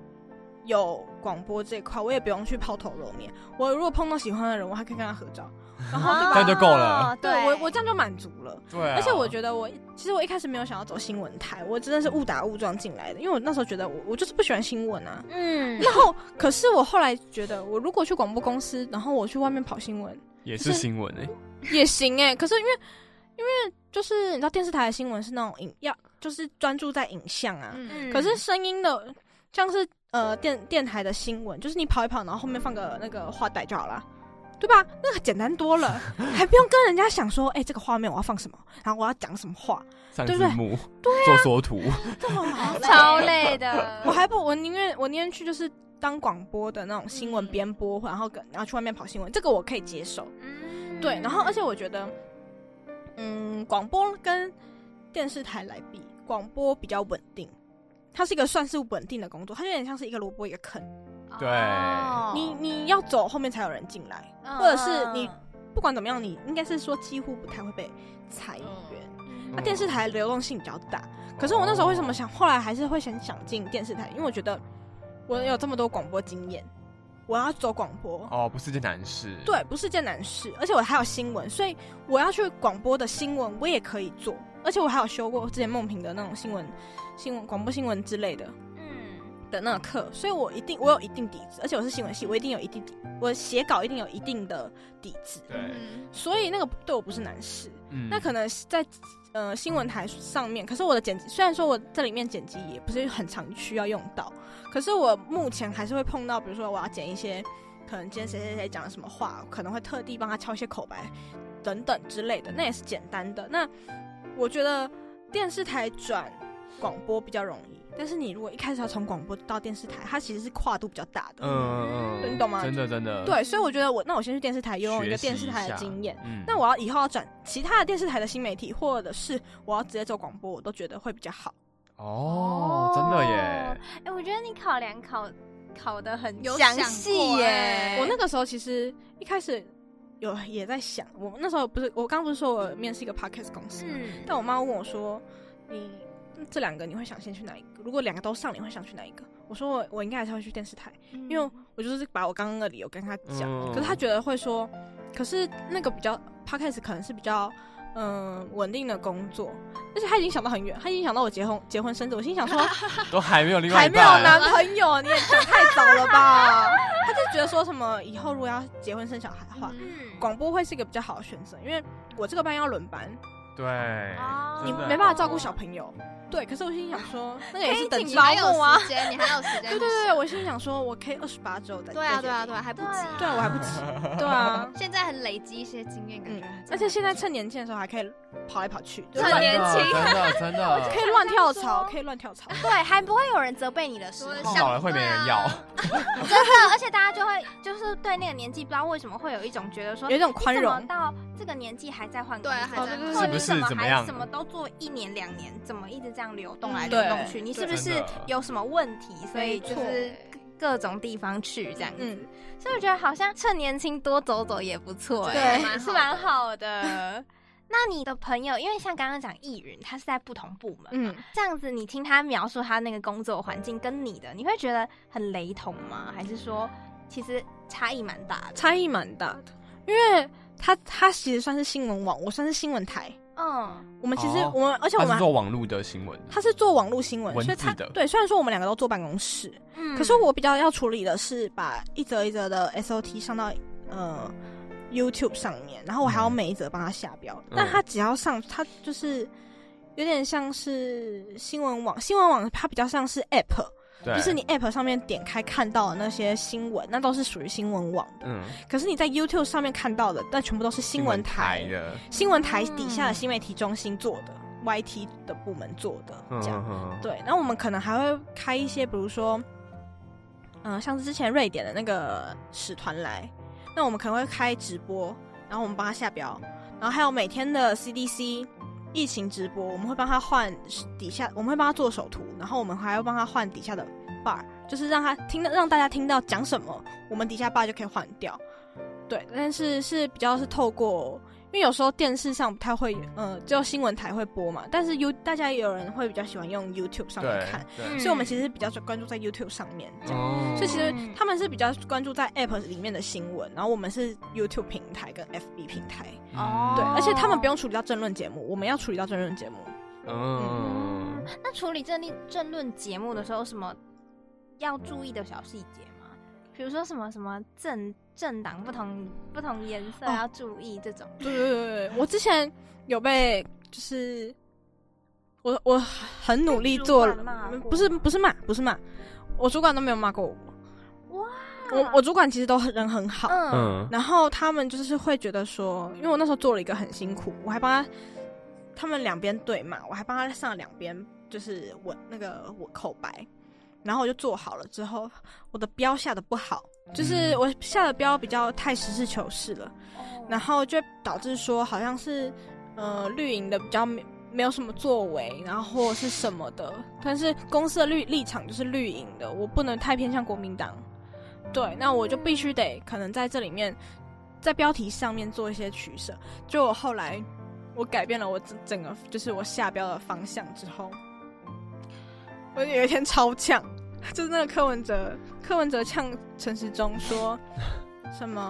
S3: 有广播这一块，我也不用去抛头露面。我如果碰到喜欢的人，我还可以跟他合照，然后
S4: 这样就够了
S2: 哦
S3: 对
S2: 对
S3: 我我这样就满足了。
S4: 对啊，
S3: 而且我觉得我其实我一开始没有想要走新闻台，我真的是误打误撞进来的，因为我那时候觉得我我就是不喜欢新闻啊。
S2: 嗯，
S3: 然后，可是我后来觉得，我如果去广播公司，然后我去外面跑新闻
S4: 也
S3: 是
S4: 是新闻哎、
S3: 也行哎、可是因为因为就是你知道电视台的新闻是那种影要就是专注在影像啊，
S5: 嗯，
S3: 可是声音的像是呃电电台的新闻，就是你跑一跑，然后后面放个那个话带就好了。对吧？那个简单多 (laughs) 了，还不用跟人家想说，哎、这个画面我要放什么，然后我要讲什么话，
S4: 上
S3: 对
S4: 字
S3: 不对啊
S4: 幕，做缩图，
S3: 这么麻烦
S2: 超累的，
S3: 我还不，我宁愿我宁愿去就是当广播的那种新闻编播，然后跟然后去外面跑新闻，这个我可以接受。
S2: 嗯
S3: 对，然后而且我觉得，嗯，广播跟电视台来比，广播比较稳定。它是一个算是稳定的工作，它有点像是一个萝卜一个坑，
S4: 对
S2: 哦
S3: 你你要走后面才有人进来，
S2: 嗯
S3: 或者是你
S2: 嗯
S3: 不管怎么样，你应该是说几乎不太会被裁员。
S2: 嗯
S3: 啊那、电视台流动性比较大，可是我那时候为什么想，后来还是会想想进电视台，因为我觉得我有这么多广播经验，我要走广播，
S4: 哦，不是件难事，
S3: 对，不是件难事，而且我还有新闻，所以我要去广播的新闻我也可以做，而且我还有修过之前梦萍的那种新闻、新闻广播新闻之类的
S2: 嗯
S3: 的那个课，所以我一定我有一定底子，而且我是新闻系，我一定有一定底，我写稿一定有一定的底子，
S4: 对，
S5: 嗯
S3: 所以那个对我不是难事。
S4: 嗯
S3: 那可能是在呃新闻台上面，可是我的剪辑虽然说我这里面剪辑也不是很常需要用到，可是我目前还是会碰到，比如说我要剪一些可能今天谁谁谁讲了什么话，可能会特地帮他敲一些口白等等之类的，那也是简单的。那我觉得电视台转广播比较容易，但是你如果一开始要从广播到电视台，它其实是跨度比较大的。
S4: 嗯
S3: 你懂吗
S4: 真的真的，，
S3: 对，所以我觉得我那我先去电视台拥有一个
S4: 学习
S3: 电视台
S4: 一
S3: 的
S4: 下
S3: 经验，
S4: 嗯
S3: 那我要以后要转其他的电视台的新媒体，或者是我要直接做广播，我都觉得会比较好。
S4: 哦，真的耶，
S2: 哎、我觉得你考量考考的很
S5: 有
S2: 详
S5: 想
S2: 细
S5: 过
S2: 耶嗯
S5: 哎，
S3: 我那个时候其实一开始有也在想，我那时候不是我刚不是说我面试一个 podcast 公司吗，
S2: 嗯
S3: 但我妈问我说：“你这两个你会想先去哪一个？如果两个都上，你会想去哪一个？”我说我：“我应该还是会去电视台，
S2: 因
S3: 因为我就是把我刚刚的理由跟她讲。
S4: 嗯
S3: 可是她觉得会说，可是那个比较 podcast 可能是比较。”嗯，稳定的工作，而且她已经想到很远，她已经想到我结婚结婚生子。我心想说，
S4: 都还没有 (laughs) 另外
S3: 哦还
S4: 一
S3: 没有
S4: 半
S3: 男朋友，你也想太早了吧？他就觉得说什么以后如果要结婚生小孩的话，
S2: 嗯
S3: 广播会是一个比较好的选择，因为我这个班要轮班，
S4: 对
S2: 哦，
S3: 你
S4: 真的
S3: 没办法
S4: 啊
S3: 照顾小朋友。啊对，可是我心想说，那个也是等
S5: 哎你
S3: 劳
S5: 还有
S3: 姆啊。
S5: 时间，你还有时间
S3: 对对
S5: 去想。
S3: 对， (laughs) 对我心想说，我可以二十八之后再。
S5: 对啊对啊
S3: 再决定
S5: 对啊，，还不
S2: 对
S5: 急
S2: 啊。
S3: 对啊我还不急。
S4: (laughs)
S3: 对啊，嗯
S5: 现在很累积一些经验，感觉还真的不错。
S3: 而且现在趁年轻的时候还可以跑来跑去，就
S4: 真
S3: 是
S2: 趁
S4: 的
S2: 年轻
S4: 真的
S3: (laughs)
S4: 真的
S3: 可以乱跳槽，
S2: 我
S3: 可以乱跳槽。
S2: 对，还不会有人责备你的时候，
S5: 说
S4: 碰
S5: 像
S4: 好了会没人要，
S2: 真的，而且大家就会就是对那个年纪，不知道为什么会有一种觉得说
S3: 有一种宽容哦
S2: 你怎么到这个年纪还在换工
S5: 对
S2: 作，
S5: 还
S3: 在
S2: 或者
S4: 是不是
S2: 怎么
S4: 怎么
S2: 还
S4: 样
S2: 什么都做一年两年，怎么一直这样流动
S5: 嗯
S2: 来流
S3: 对
S2: 动去？你是不是
S4: 真的
S2: 有什么问题？所以就
S5: 对
S2: 是各种地方去这样子，
S3: 嗯
S2: 所以我觉得好像趁年轻多走走也不错、
S5: 对
S2: 哎
S5: 蛮好的
S2: 是蛮好的。 (laughs) 那你的朋友，因为像刚刚讲易云，他是在不同部门，
S3: 嗯，
S2: 这样子，你听他描述他那个工作环境跟你的，你会觉得很雷同吗？还是说其实差异蛮大的？
S3: 差异蛮大的，因为他他其实算是新闻网，我算是新闻台。
S2: 嗯
S3: 我们其实、
S4: 哦
S3: 我们，而且我
S4: 他
S3: 们
S4: 是
S3: 还
S4: 做网络的新闻，
S3: 他是做网络新闻，
S4: 文
S3: 所以他
S4: 字的
S3: 对，虽然说我们两个都坐办公室，
S2: 嗯
S3: 可是我比较要处理的是把一则一则的 SOT 上到呃 YouTube 上面，然后我还要每一则帮他下标。
S4: 嗯
S3: 但他只要上，他就是有点像是新闻网，新闻网它比较像是 App，
S4: 对，
S3: 就是你 App 上面点开看到的那些新闻，那都是属于新闻网的。
S4: 嗯
S3: 可是你在 YouTube 上面看到的，那全部都是新闻台
S4: 新的，
S3: 新闻台底下的新媒体中心做的、YT 的部门做的
S4: 嗯
S3: 这样。
S4: 嗯
S3: 对，然后我们可能还会开一些，比如说，嗯、像是之前瑞典的那个使团来，那我们可能会开直播，然后我们帮他下标，然后还有每天的 CDC 疫情直播，我们会帮他换底下，我们会帮他做手图，然后我们还会帮他换底下的 bar，就是让他听到让大家听到讲什么，我们底下 bar 就可以换掉。对，但是是比较是透过因为有时候电视上它会，呃，只有新闻台会播嘛，但是 You 大家也有人会比较喜欢用 YouTube 上面
S4: 对
S3: 看，嗯
S4: 对
S2: 嗯
S3: 所以我们其实比较关注在 YouTube 上面这样。
S4: 哦
S3: 所以其实他们是比较关注在 App 里面的新闻，然后我们是 YouTube 平台跟 FB 平台，
S2: 哦
S3: 对，而且他们不用处理到争论节目，我们要处理到争论节目。
S4: 嗯，
S2: 哦那处理政论政论节目的时候，有什么要注意的小细节吗？比如说什么什么政政党不同不同颜色
S3: 哦
S2: 要注意这种，
S3: 对对对对，对我之前有被就是我我很努力做嗯
S2: 被主管骂过
S3: 不是不是骂不是骂，我主管都没有骂过我。
S2: 哇
S3: 我我主管其实都很人很好，
S2: 嗯
S1: 嗯
S3: 然后他们就是会觉得说，因为我那时候做了一个很辛苦，我还帮他他们两边对骂，我还帮他上两边就是我那个我口白，然后我就做好了之后，我的标下的不好，就是
S4: 嗯
S3: 我下的标比较太实事求是了。然后就导致说好像是呃绿营的比较没没有什么作为，然后或者是什么的，但是公司的立立场就是绿营的，我不能太偏向国民党。对，那我就必须得可能在这里面，在标题上面做一些取舍。就我后来我改变了我整整个就是我下标的方向之后，我有一天超呛，就是那个柯文哲，柯文哲呛陈时中说什么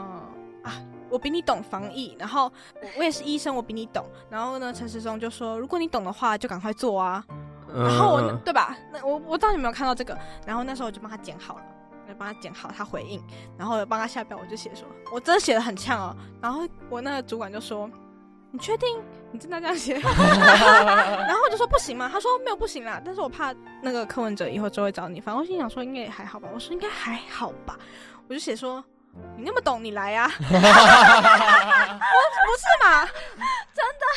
S3: 啊？我比你懂防疫，然后我我也是医生，我比你懂。然后呢，陈时中就说，如果你懂的话，就赶快做啊。
S4: 嗯
S3: 然后我那对吧？那我我不知道你有没有看到这个，然后那时候我就帮他剪好了，我就帮他剪好，他回应，然后帮他下标，我就写说，我真的写的很呛哦。然后我那个主管就说，你确定 (laughs) 你真的这样写？然后我就说不行嘛，他说没有不行啦，但是我怕那个柯文哲以后就会找你，反正我心想说应该也还好吧，我说应该还好吧，我就写说。你那么懂，你来呀、啊！我不是嘛？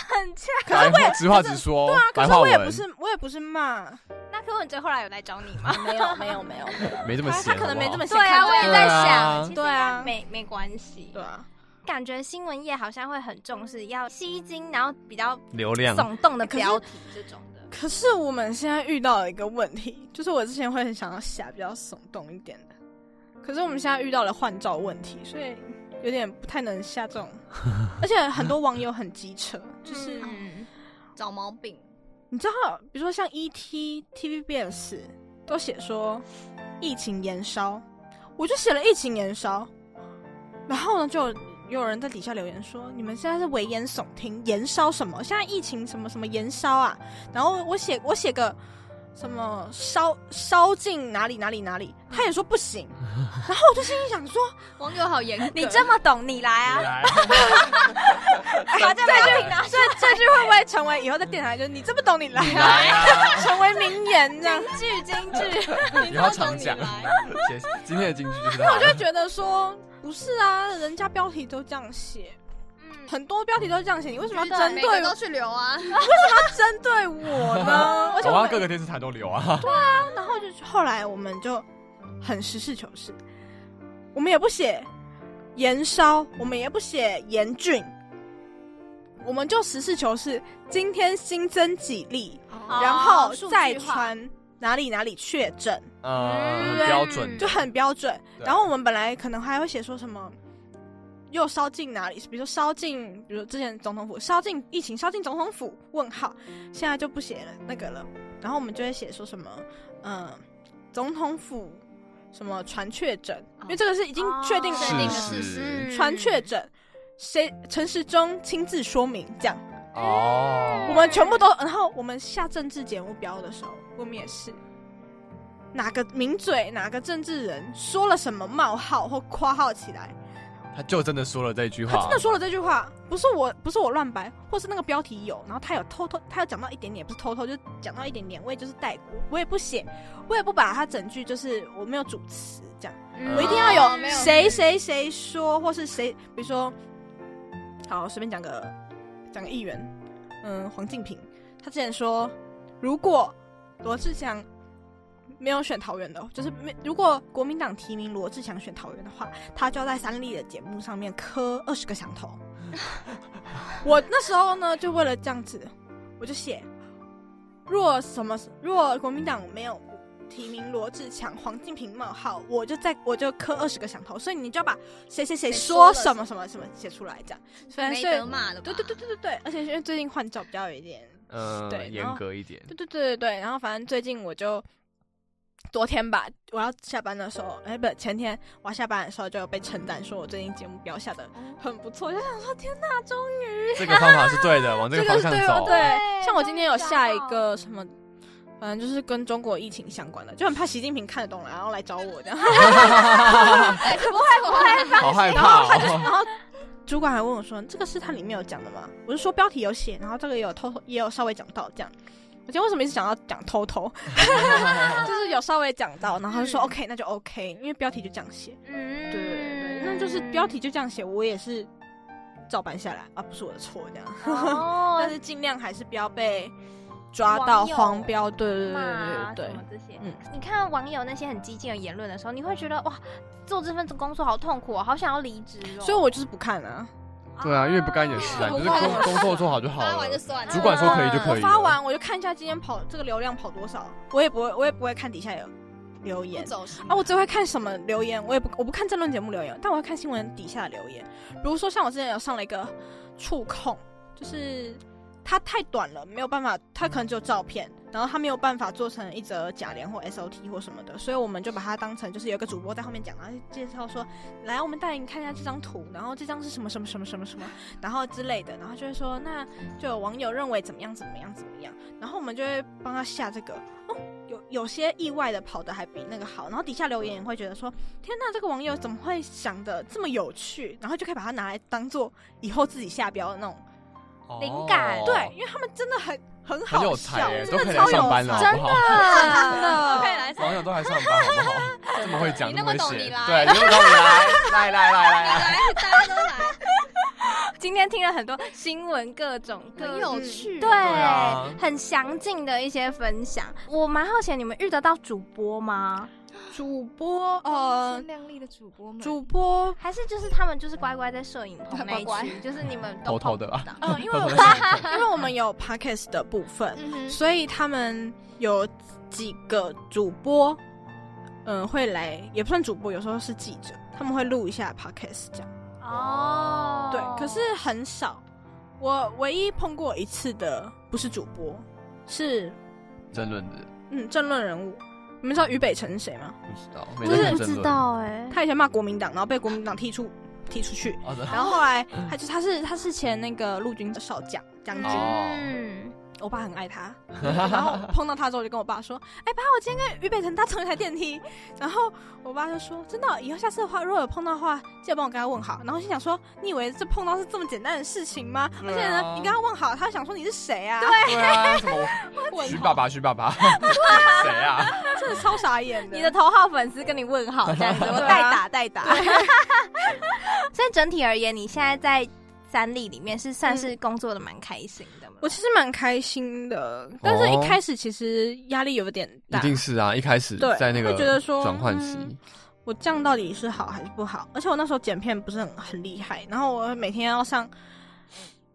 S2: 很呛。
S4: 可是我也直话直说，对啊
S3: 可
S4: 白
S3: 是
S4: 话
S3: 我也
S4: 文
S3: 不是，我也不是骂，
S2: 那柯文哲后来有来找你吗？
S3: 没有，没有，
S4: (laughs)
S3: 没有。
S4: 没这么
S3: 他
S4: 闲，
S3: 他可能没这 (laughs) 么
S4: 好
S3: 闲
S2: 对啊，
S3: 看
S2: 我也在
S4: 对啊
S2: 想，其实
S3: 对啊
S2: 没没关系
S3: 对。啊，
S2: 感觉新闻业好像会很重视要吸睛，然后比较
S4: 不好流量
S2: 耸动的标题这种的。
S3: 可是我们现在遇到了一个问题，就是我之前会很想要写比较耸动一点的，可是我们现在遇到了换照问题，所以有点不太能下这
S4: (laughs)
S3: 种，而且很多网友很机车，就是、
S2: 嗯，
S5: 找毛病，
S3: 你知道，比如说像 E ET、TVBS 都写说疫情延烧，我就写了疫情延烧，然后呢就有。有人在底下留言说：“你们现在是危言耸听，延烧什么？现在疫情什么什么延烧啊？”然后我写我写个什么烧烧进哪里哪里哪里，他也说不 (laughs) 行。然后我就心里想说，
S5: 网友好严格。
S2: 你这么懂，你来啊！
S4: 来， (laughs)
S3: (laughs)
S2: 把这标题拿
S3: 这这句会不会成为以后在电台就是你这么懂你来啊，
S4: 来啊！
S3: (laughs) 成为名言这样？
S2: 句京
S4: (laughs)
S2: 剧，
S4: 以后常讲，
S3: (laughs)
S4: (laughs) 谢谢今天的金句就是它。
S3: 我就觉得说，不是啊，人家标题都这样写，
S2: 嗯，
S3: 很多标题都是这样写，你为什么要针
S5: 每
S3: 对
S5: 个都去留啊，
S3: 针对我
S2: (laughs)
S3: 呢？而且
S4: 我
S3: 我
S4: 要
S3: 们
S4: 各个电视台都留啊，
S3: (laughs) 然后就是后来我们就很实事求是，我们也不写盐烧，我们也不写严峻，我们就实事求是。今天新增几例，
S2: 哦
S3: 然后
S2: 数据
S3: 再
S2: 化
S3: 传哪里哪里确诊，
S4: 嗯，很
S2: 对
S4: 标准，
S3: 就很标准。
S4: 对
S3: 然后我们本来可能还会写说什么，又烧进哪里？比如说烧进，比如之前总统府烧进疫情，烧进总统府？问号，现在就不写了那个了。然后我们就会写说什么，嗯、总统府什么传确诊，因为这个是已经 (laughs) 确定
S2: 哦
S3: 的
S2: 确定的
S4: 是
S2: 事
S4: 是
S5: 嗯
S2: 实，
S3: 传确诊，谁陈时中亲自说明这样。
S4: 哦
S3: 我们全部都，然后我们下政治节目标的时候，我们也是哪个名嘴、哪个政治人说了什么冒号或括号起来，
S4: 他就真的说了这一句话，
S3: 他真的说了这句话，不是我，不是我乱掰，或是那个标题有，然后他有偷偷，他有讲到一点点，不是偷偷，就是讲到一点点，我也就是带过，我也不写，我也不把他整句，就是我没有主词这样。
S2: 嗯
S3: 我一定要
S5: 哦
S3: 有
S5: 没有
S3: 谁谁谁说，或是谁，比如说，好，随便讲个讲个议员，嗯，黄静平，他之前说，如果罗志祥没有选桃园的，就是没如果国民党提名罗志祥选桃园的话，他就要在三立的节目上面磕二十个响头。我那时候呢，就为了这样子，我就写，若什么，若国民党没有提名罗志强、黄敬平冒号，我就在我就磕二十个响头，所以你就要把谁谁谁
S5: 谁说
S3: 说
S5: 了
S3: 什么什么什么写出来，这样。虽然
S5: 没
S3: 是
S5: 得骂了吧？
S3: 对对对对对对，而且因为最近换照比较有一点对
S4: 嗯，
S3: 然
S4: 严
S3: 后
S4: 格一点，
S3: 对对对对对，然后反正最近我就昨天吧，我要下班的时候，哎，不，前天我要下班的时候就被称赞说我最近节目标下的很不错，就想说天哪，终于
S4: 这个方法是对的，往这
S3: 这
S4: 个
S3: 个
S4: 方
S3: 是
S4: 向
S3: 对吧？
S4: 走。
S3: 对，像我今天有
S2: 终于
S3: 下
S2: 找
S3: 一
S2: 到
S3: 个什么。反正就是跟中国疫情相关的，就很怕习近平看得懂了，然后来找我这样。
S5: 哎，不会不会，
S4: 好害怕
S3: 然 (laughs)
S4: 哦！
S3: 后主管还问我说：“这个是它里面有讲的吗？”我就说标题有写，然后这个也有偷偷也有稍微讲到这样。我今天为什么一直想要讲偷偷？ (laughs) 就是有稍微讲到，然后就说
S5: 嗯
S3: OK，那就 OK，因为标题就这样写。
S2: 嗯，
S3: 对对对，那就是标题就这样写，我也是照搬下来啊，不是我的错这样。 (laughs) 但
S2: 哦，
S3: 是尽量还是不要被抓到
S2: 网友
S3: 黄标，对对
S2: 骂什
S3: 对对对对
S2: 么。这些，
S3: 嗯
S2: 你看网友那些很激进的言论的时候，你会觉得哇，做这份工作好痛苦、哦，好想要离职哦。
S3: 所以我就是不看啊，
S4: (laughs) 对啊，因为不干也是啊，你就是
S3: 我
S4: 工工作做好就好
S5: 发完就
S4: 了。
S5: 算了。
S4: 主管说可以就可以了。
S3: 发完我就看一下今天跑这个流量跑多少，我也不会我也不会看底下有留言
S5: 不。走心
S3: 啊，我只会看什么留言，我也不我不看政论节目留言，但我会看新闻底下的留言。比如说像我之前有上了一个触控，就是它太短了，没有办法，它可能只有照片，然后它没有办法做成一则假联或 SOT 或什么的，所以我们就把它当成就是有一个主播在后面讲，然后介绍说，来，我们带你看一下这张图，然后这张是什么什么什么什么什么，然后之类的，然后就会说，那就有网友认为怎么样怎么样怎么样，然后我们就会帮他下这个，哦，有有些意外的跑的还比那个好，然后底下留言也会觉得说，天呐，这个网友怎么会想的这么有趣，然后就可以把它拿来当做以后自己下标的那种，
S4: 哦
S2: 灵感
S3: 对，因为他们真的很很
S4: 很
S3: 好
S4: 有
S3: 笑
S4: 才，耶，
S3: 真
S4: 都可
S3: 的
S4: 以来
S3: 超有
S4: 上班了，好
S2: 真
S4: 不
S2: 的
S3: (laughs) 真
S4: 好？
S5: 可
S3: 的。
S5: 以来上
S4: 网友都来上班，好
S3: (laughs)
S4: 不好？这么会讲，
S5: 你
S4: 这
S5: 那
S4: 么
S5: 么
S4: 会
S5: 懂
S4: 写，
S5: 你来
S4: 对，你那么懂你来，来来来来来，
S5: 来，大家都来，
S2: 今天听了很多新闻，各种各
S5: 很有趣。
S2: 对，
S4: 啊
S2: 很详尽的一些分享。我蛮好奇，你们遇得到主播吗？
S3: 主播呃
S5: 光鲜，亮丽的主播们，
S3: 主播
S2: 还是就是他们就是乖乖在摄影
S3: (laughs)
S2: 棚那一
S5: 乖
S2: 区，
S5: 乖
S2: 就是你们都
S4: 偷偷的吧
S2: 碰不到
S3: (laughs) 呃，因为我们因为我们有 podcast 的部分，
S5: 嗯哼，
S3: 所以他们有几个主播，嗯、会来，也不算主播，有时候是记者，他们会录一下 podcast 这样。
S2: 哦，
S3: 对，可是很少，我唯一碰过一次的不是主播，是
S4: 争论的
S3: 嗯政论人物。你们知道于北辰是谁吗？
S4: 不知道，
S2: 我
S4: 每个
S2: 也
S4: 人
S2: 不
S4: 争
S2: 知
S4: 论。
S2: 道哎，
S3: 他以前骂国民党，然后被国民党踢出踢出去，
S4: 哦，真的
S3: 然后后来他就他是他是前那个陆军少将将军，
S4: 哦
S2: 嗯，
S3: 我爸很爱他，然后碰到他之后，我就跟我爸说：“哎、爸，我今天跟于北辰搭同一台电梯。”然后我爸就说：“真的哦，以后下次的话，如果有碰到的话，记得帮我跟他问好。”然后我心想说：“你以为这碰到是这么简单的事情吗？而
S4: 对啊
S3: 且呢，你跟他问好，他想说你是谁啊？
S4: 对啊，什么徐爸爸，徐爸爸，谁啊？
S3: 真的超傻眼的。
S2: 你的头号粉丝跟你问好这样子，我
S3: 啊
S2: 代打代打。 (laughs) 所以整体而言，你现在在三立里面是算是工作的蛮开心的吗？
S3: 嗯我其实蛮开心的，但是一开始其实压力有点
S4: 一
S3: 大，
S4: 定是啊，一开始
S3: 对
S4: 在那个
S3: 会觉得说
S4: 转换期，
S3: 嗯我这样到底是好还是不好？而且我那时候剪片不是很很厉害，然后我每天要上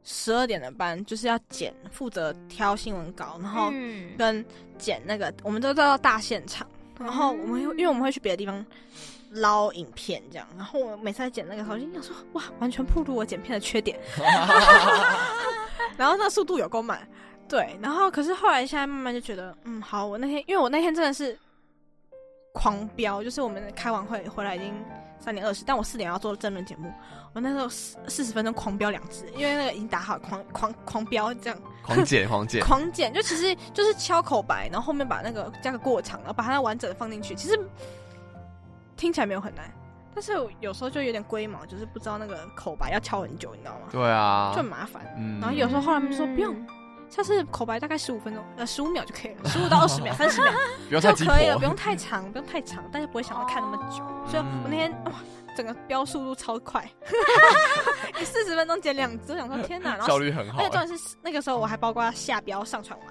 S3: 十二点的班，就是要剪，负责挑新闻稿，然后
S2: 嗯，
S3: 跟剪那个，我们都到大现场，然后我们会因为我们会去别的地方捞影片这样，然后我每次在剪那个时候，就想说哇，完全暴露我剪片的缺点， (laughs) 然后那速度有够慢，对，然后可是后来现在慢慢就觉得，嗯，好，我那天因为我那天真的是狂飙，就是我们开完会回来已经。三点二十，但我四点要做争论节目，我那时候四四十分钟狂飙两次，因为那个已经打好狂狂狂飙这样，
S4: 狂姐，狂姐，
S3: 狂剪，就其实就是敲口白，然后后面把那个加个过场，然后把它完整的放进去。其实听起来没有很难，但是我有时候就有点龟毛，就是不知道那个口白要敲很久，你知道吗？
S4: 对啊
S3: 就，很麻烦。
S4: 嗯
S3: 然后有时候后来他们就说不用，
S2: 嗯
S3: 下次口白大概十五分钟，呃，十五秒就可以了，十五到二十秒、三十秒
S4: 不要
S3: 就
S4: 太急
S3: 可以了，不
S4: 迫，
S3: 用太长，不用太长，大家不会想要看那么久。
S2: 哦
S3: 所以我那天哇，整个飙速度超
S4: (laughs)
S3: 快，四十分钟剪两支，我想说天哪，然后
S4: 效率很好
S3: 而且。重点是那个时候我还包括下标上传完，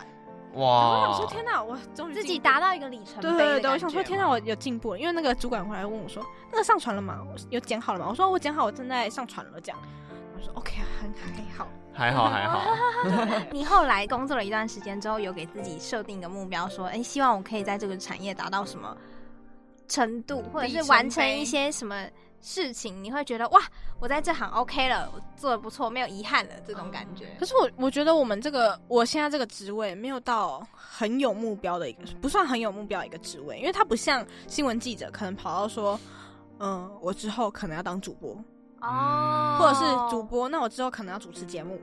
S3: 然后我想
S4: 哎哇
S3: 说，天哪，我终于
S2: 自己
S3: 进步
S2: 达到一个里程碑
S3: 对
S2: 的
S3: 对
S2: 感觉吗。
S3: 对对，我想说天哪，我有进步了，因为那个主管回来问我说那个上传了吗？有剪好了吗？我说我剪好，我正在上传了这样。我说 OK，很还好。
S4: 还好
S3: (laughs)
S4: 还好，
S2: 你后来工作了一段时间之后，有给自己设定一个目标，说，哎，希望我可以在这个产业达到什么程度，或者是完成一些什么事情，你会觉得哇，我在这行 OK 了，我做的不错，没有遗憾了，这种感觉。
S3: 哦可是我我觉得我们这个我现在这个职位没有到很有目标的一个，不算很有目标一个职位，因为它不像新闻记者可能跑到说，嗯、我之后可能要当主播，
S2: 哦，嗯
S3: 或者是主播，那我之后可能要主持节目。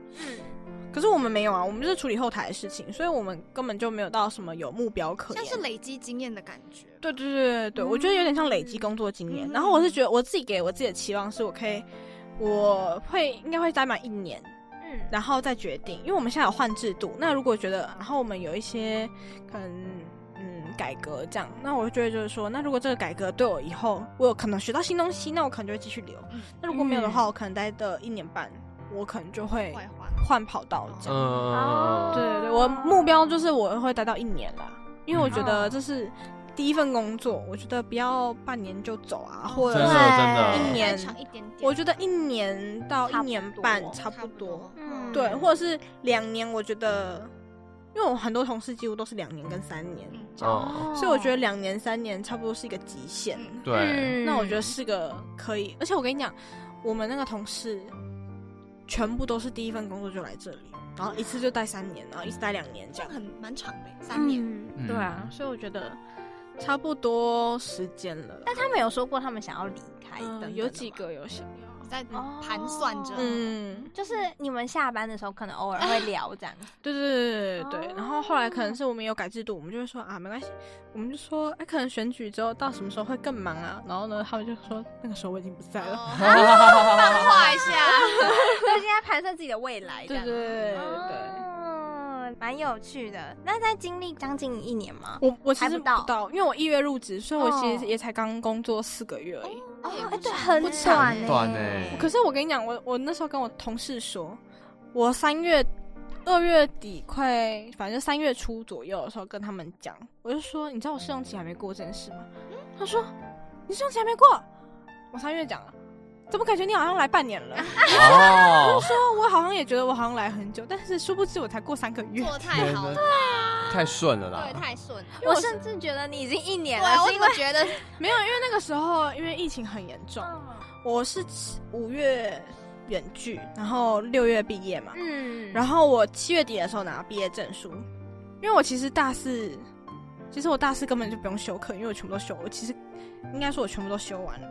S3: 可是我们没有啊，我们就是处理后台的事情，所以我们根本就没有到什么有目标可言。
S5: 像是累积经验的感觉。
S3: 对对对对对，
S5: 嗯
S3: 我觉得有点像累积工作经验。
S5: 嗯
S3: 然后我是觉得我自己给我自己的期望是我可以，我会应该会待满一年，
S2: 嗯，
S3: 然后再决定，因为我们现在有换制度。那如果觉得，然后我们有一些可能嗯改革这样，那我就觉得就是说，那如果这个改革对我以后我有可能学到新东西，那我可能就会继续留。
S5: 嗯
S3: 那如果没有的话，我可能待的一年半，我可能就会
S5: 坏话，
S3: 换跑道这样。
S4: 嗯
S2: 哦，
S3: 对对对，我目标就是我会待到一年啦，因为我觉得这是第一份工作，我觉得不要半年就走啊，
S5: 哦
S3: 或
S4: 真
S3: 者
S4: 的
S3: 是
S4: 真的，
S3: 一年
S5: 长一点点。
S3: 我觉得一年到一
S2: 差不
S3: 年
S2: 多
S3: 半差不多，
S2: 嗯
S3: 对，或者是两年，我觉得，因为我很多同事几乎都是两年跟三年，
S5: 嗯
S4: 哦，
S3: 所以我觉得两年三年差不多是一个极限。
S5: 嗯
S4: 对，
S3: 那我觉得是个可以，而且我跟你讲，我们那个同事全部都是第一份工作就来这里，然后一次就待三年，然后一次待两年这
S5: 这
S3: 样
S5: 样。很蛮长的，三
S2: 三
S5: 年。
S2: 年。
S4: 嗯
S3: 对啊，所以我觉得差不多时间了。
S2: 但他们有说过他们想要离开等等的吗，
S3: 嗯，有几个有想要，
S5: 在盘算着，
S3: 嗯，
S2: 就是你们下班的时候可能偶尔
S3: 啊
S2: 会聊这样。
S3: 对对对对对
S2: 哦
S3: 对。然后后来可能是我们有改制度，我们就会说啊，没关系，我们就说哎、可能选举之后到什么时候会更忙啊。然后呢，他们就说那个时候我已经不在了。
S5: 哦漫画一下，
S2: (laughs) 对，现在盘算自己的未来这
S3: 对
S2: 样。
S3: 对对对对。
S2: 哦，蛮有趣的。那在经历将近一年吗？
S3: 我我其
S2: 还
S3: 实
S2: 不到
S3: 不到，因为我一月入职，所以我其实
S2: 哦
S3: 也才刚工作四个月而已。
S2: 哦，
S5: 也
S2: 哎
S5: 不
S2: 对，
S5: 长
S2: 很
S3: 不
S2: 短欸
S4: 短欸
S3: 可是我跟你讲，我我那时候跟我同事说，我三月、二月底快，反正三月初左右的时候跟他们讲，我就说，你知道我试用期还没过这件事吗？他说，你试用期还没过，我三月讲了，怎么感觉你好像来半年
S5: (laughs)
S3: 了？
S4: 哦，
S3: 说我好像也觉得我好像来很久，但是殊不知我才过三个月。
S5: 做太好了，
S4: 太顺了啦
S5: 对，，太顺了。
S2: 我甚至觉得你已经一年
S5: 对，啊
S2: 了，
S5: 我
S2: 是
S5: 怎
S2: 因为
S5: 么觉得
S3: 没有，因为那个时候因为疫情很严重，我是五月远距，然后六月毕业嘛，
S2: 嗯，
S3: 然后我七月底的时候拿毕业证书，因为我其实大四，其实我大四根本就不用修课，因为我全部都修，我其实应该说我全部都修完了，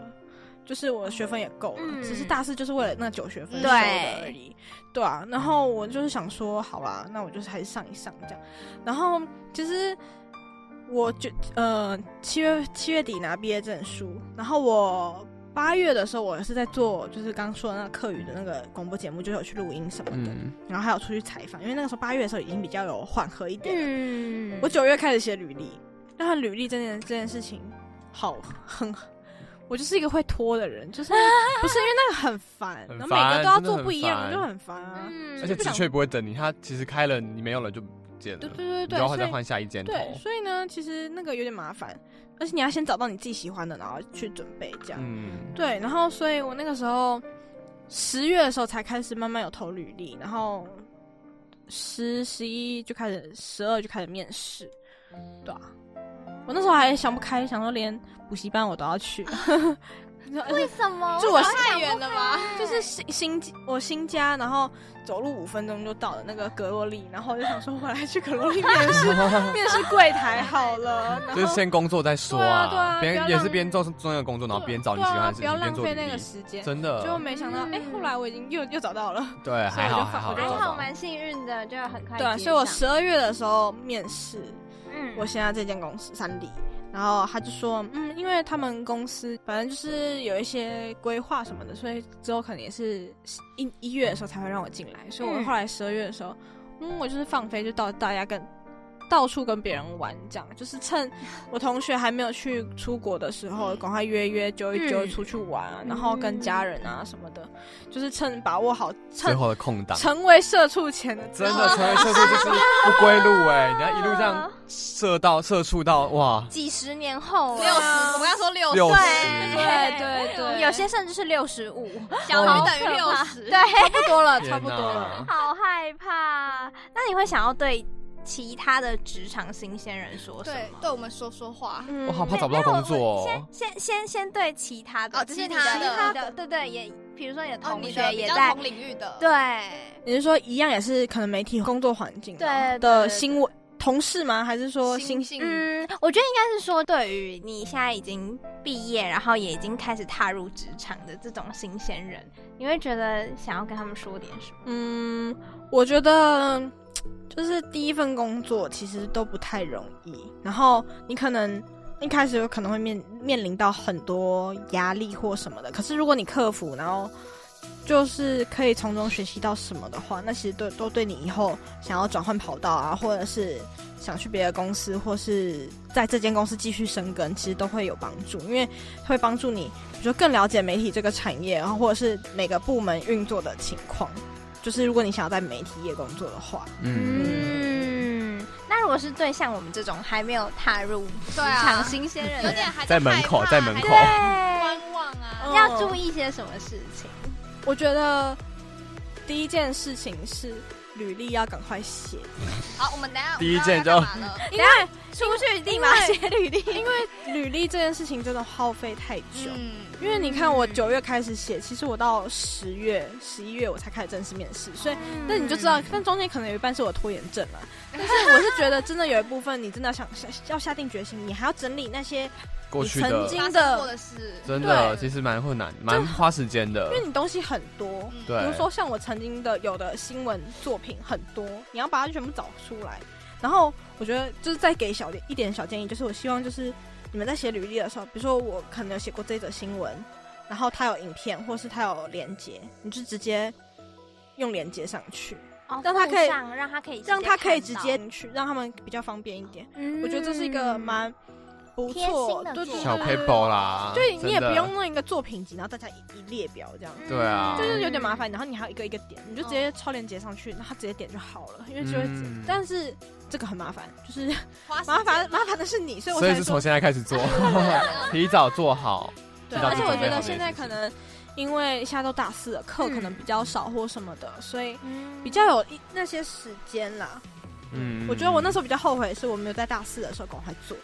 S3: 就是我的学分也够了，
S2: 嗯
S3: 只是大四就是为了那九学分
S5: 嗯
S3: 修的而已，对啊。然后我就是想说，好啦，那我就是还是上一上这样。然后其实我就呃七月七月底拿毕业证书，然后我。八月的时候，我是在做，就是刚说的那个课语的那个广播节目，就有去录音什么的。
S4: 嗯，
S3: 然后还有出去采访，因为那个时候八月的时候已经比较有缓和一点了。
S2: 嗯，
S3: 我九月开始写履历，但他履历这件这件事情好很，我就是一个会拖的人，就是不是因为那个很烦，
S4: (laughs) 很
S3: 然后
S4: 烦
S3: 每个都要
S4: 真的
S3: 做
S4: 很
S3: 不一样，
S4: 烦
S3: 就很烦啊。
S2: (laughs) 嗯，
S4: 而且
S3: 不
S4: 纸
S3: 想
S4: 雀不会等你，它其实开了你没有了就不见了
S3: 对，对对
S4: 你
S3: 对
S4: 要
S3: 对，
S4: 换再
S3: 所以
S4: 换下一件头，
S3: 对，所以呢，其实那个有点麻烦，而且你要先找到你自己喜欢的，然后去准备这样。
S4: 嗯，
S3: 对，然后所以我那个时候十月的时候才开始慢慢有投履历，然后十十一就开始，十二就开始面试，对啊，我那时候还想不开，想说连补习班我都要去，
S2: 为什 (laughs) 么？
S3: 就我
S2: 想
S5: 太
S2: 不
S5: 远了吧
S2: 开
S3: 就是新新我新家，然后走路五分钟就到了那个格洛丽，然后我就想说我来去格洛丽面试面试柜台好了，然
S4: 就是
S3: 后。
S4: 先工作再说
S3: 对啊对啊
S4: 别
S3: 不
S4: 人
S3: 要
S4: 也是
S3: 浪
S4: 边做重要的工作，然后边找你喜欢的事
S3: 对啊不
S4: 情，
S3: 要
S4: 边
S3: 浪
S4: 做履
S3: 费那个
S4: 历，
S3: 时间。
S4: 真
S3: 就
S4: 的，
S3: 没想到，哎、后来我已经又又找到了。
S4: 对，还好还好
S3: 所以我就放
S2: 还
S4: 还
S2: 好，蛮幸运的，就很快
S3: 对啊，
S2: 接
S3: 所以我
S2: 上
S3: 十二月的时候面试
S2: 嗯
S3: 我现在这间公司三里，然后他就说，嗯，因为他们公司反正就是有一些规划什么的，所以之后可能也是一一月的时候才会让我进来，所以我
S2: 嗯
S3: 后来十二月的时候，嗯，我就是放飞，就到大家跟。到处跟别人玩，这样就是趁我同学还没有去出国的时候，赶快约约揪一揪
S2: 嗯
S3: 出去玩啊，然后跟家人啊什么的，就是趁把握好，
S4: 最
S3: 趁
S4: 后的空档。
S3: 成为社畜前的
S4: 真的成为社畜就是不归路哎、你要一路这样射到社畜到哇，
S2: 几十年后
S5: 六十，啊我们要说六十，
S4: 六十
S2: 对
S3: 对对对
S2: 有些甚至是六十五，
S5: 小于等于六十，
S2: 对，
S3: 差不多了，
S4: 天
S3: 差不多了
S5: (laughs)
S4: 哪。
S2: 好害怕。那你会想要对其他的职场新鲜人说什
S5: 对
S2: 么？，
S5: 对我们说说话。
S3: 嗯
S4: 我好怕
S2: 对
S4: 找不到
S2: 那我
S4: 工作
S2: 我
S4: 哦
S2: 先先先先对其他的，
S5: 哦
S2: 就是
S5: 其
S2: 你
S5: 他
S2: 的
S5: 的
S2: 你的，对对，也比如说你的
S5: 哦，
S2: 同
S5: 你
S2: 学
S5: 的比
S2: 也
S5: 较
S2: 在，
S5: 同嗯领域的，
S2: 对，
S3: 你是说一样也是可能媒体工作环境
S2: 对对
S3: 啊
S2: 对
S3: 的新闻同事吗？还是说
S5: 星
S3: 新
S5: 星，
S2: 嗯，我觉得应该是说，对于你现在已经毕业，然后也已经开始踏入职场的这种新鲜人，你会觉得想要跟他们说点什么？
S3: 嗯，我觉得就是第一份工作其实都不太容易，然后你可能一开始有可能会面面临到很多压力或什么的，可是如果你克服，然后就是可以从中学习到什么的话，那其实都都对你以后想要转换跑道啊，或者是想去别的公司，或是在这间公司继续生根，其实都会有帮助，因为会帮助你，比如说更了解媒体这个产业，然后或者是每个部门运作的情况。就是如果你想要在媒体业工作的话，
S4: 嗯，
S2: 嗯，那如果是对像我们这种还没有踏入职
S5: 对啊
S2: 场新鲜人
S5: 有
S2: 的，
S5: 点还
S4: 在门口
S5: 害怕
S4: 在门
S5: 还
S4: 口
S2: 对，
S5: 观望啊。
S3: 嗯
S2: 要注意些什么事情？
S3: 我觉得第一件事情是履历要赶快写，
S5: 好，我们等一下
S4: 第一件就
S5: 我们要干嘛了
S3: 因
S2: 等下出去立马写履历，
S3: 因为履历这件事情真的耗费太久。
S5: 嗯，
S3: 因为你看，我九月开始写，其实我到十月、十一月我才开始正式面试，所以
S2: 嗯
S3: 那你就知道，但中间可能有一半是我拖延症了。但是我是觉得，真的有一部分你真的想想要下定决心，你还要整理那些，
S4: 过去的
S3: 你曾经
S5: 发生过的事，
S4: 真的
S3: 对
S4: 其实蛮困难，蛮花时间的
S3: 因。为你东西很多，
S5: 嗯
S4: 对
S3: 比如说像我曾经的有的新闻作品很多，你要把它全部找出来。然后我觉得就是再给小一点小建议，就是我希望就是你们在写履历的时候，比如说我可能有写过这则新闻，然后它有影片或是它有连接，你就直接用连接上去，
S2: 哦
S3: 让他可以
S2: 附上让他可以直接
S3: 让它可以直接
S2: 看到，
S3: 去，让他们比较方便一点。
S2: 嗯
S3: 我觉得这是一个蛮不
S2: 贴心
S3: 错
S2: 的，
S3: 对
S2: 做
S3: 对
S4: 小
S3: 对
S4: paper 啦，
S3: 对，你也
S4: 真的
S3: 不用弄一个作品集，然后大家一一列表这样。
S4: 对啊
S3: 就是有点麻
S2: 哦
S3: 烦，然后你还要一个一个点，你就直接超链接上去，然后它直接点就好了，因为就会直，
S4: 嗯
S3: 但是这个很麻烦，
S2: (laughs)
S3: 就是
S5: 花时间
S3: 麻烦麻烦的是你，所以我
S4: 所以
S3: 才
S4: 是
S3: 说
S4: 从，现在
S3: (laughs)
S4: 开始做，提早做好。
S3: 对，
S4: 提早
S3: 而且
S4: 做
S3: 我
S4: 准备
S3: 觉
S4: 好
S3: 得
S4: 这件
S3: 现在
S4: 事情
S3: 可能因为现在都大四了，课可能
S2: 嗯
S3: 比较少或什么的，所以
S2: 嗯
S3: 比较有一那些时间啦。
S4: 嗯
S3: 我觉得我那时
S4: 候
S3: 候比较后悔的是我没有在大四的时候赶快做，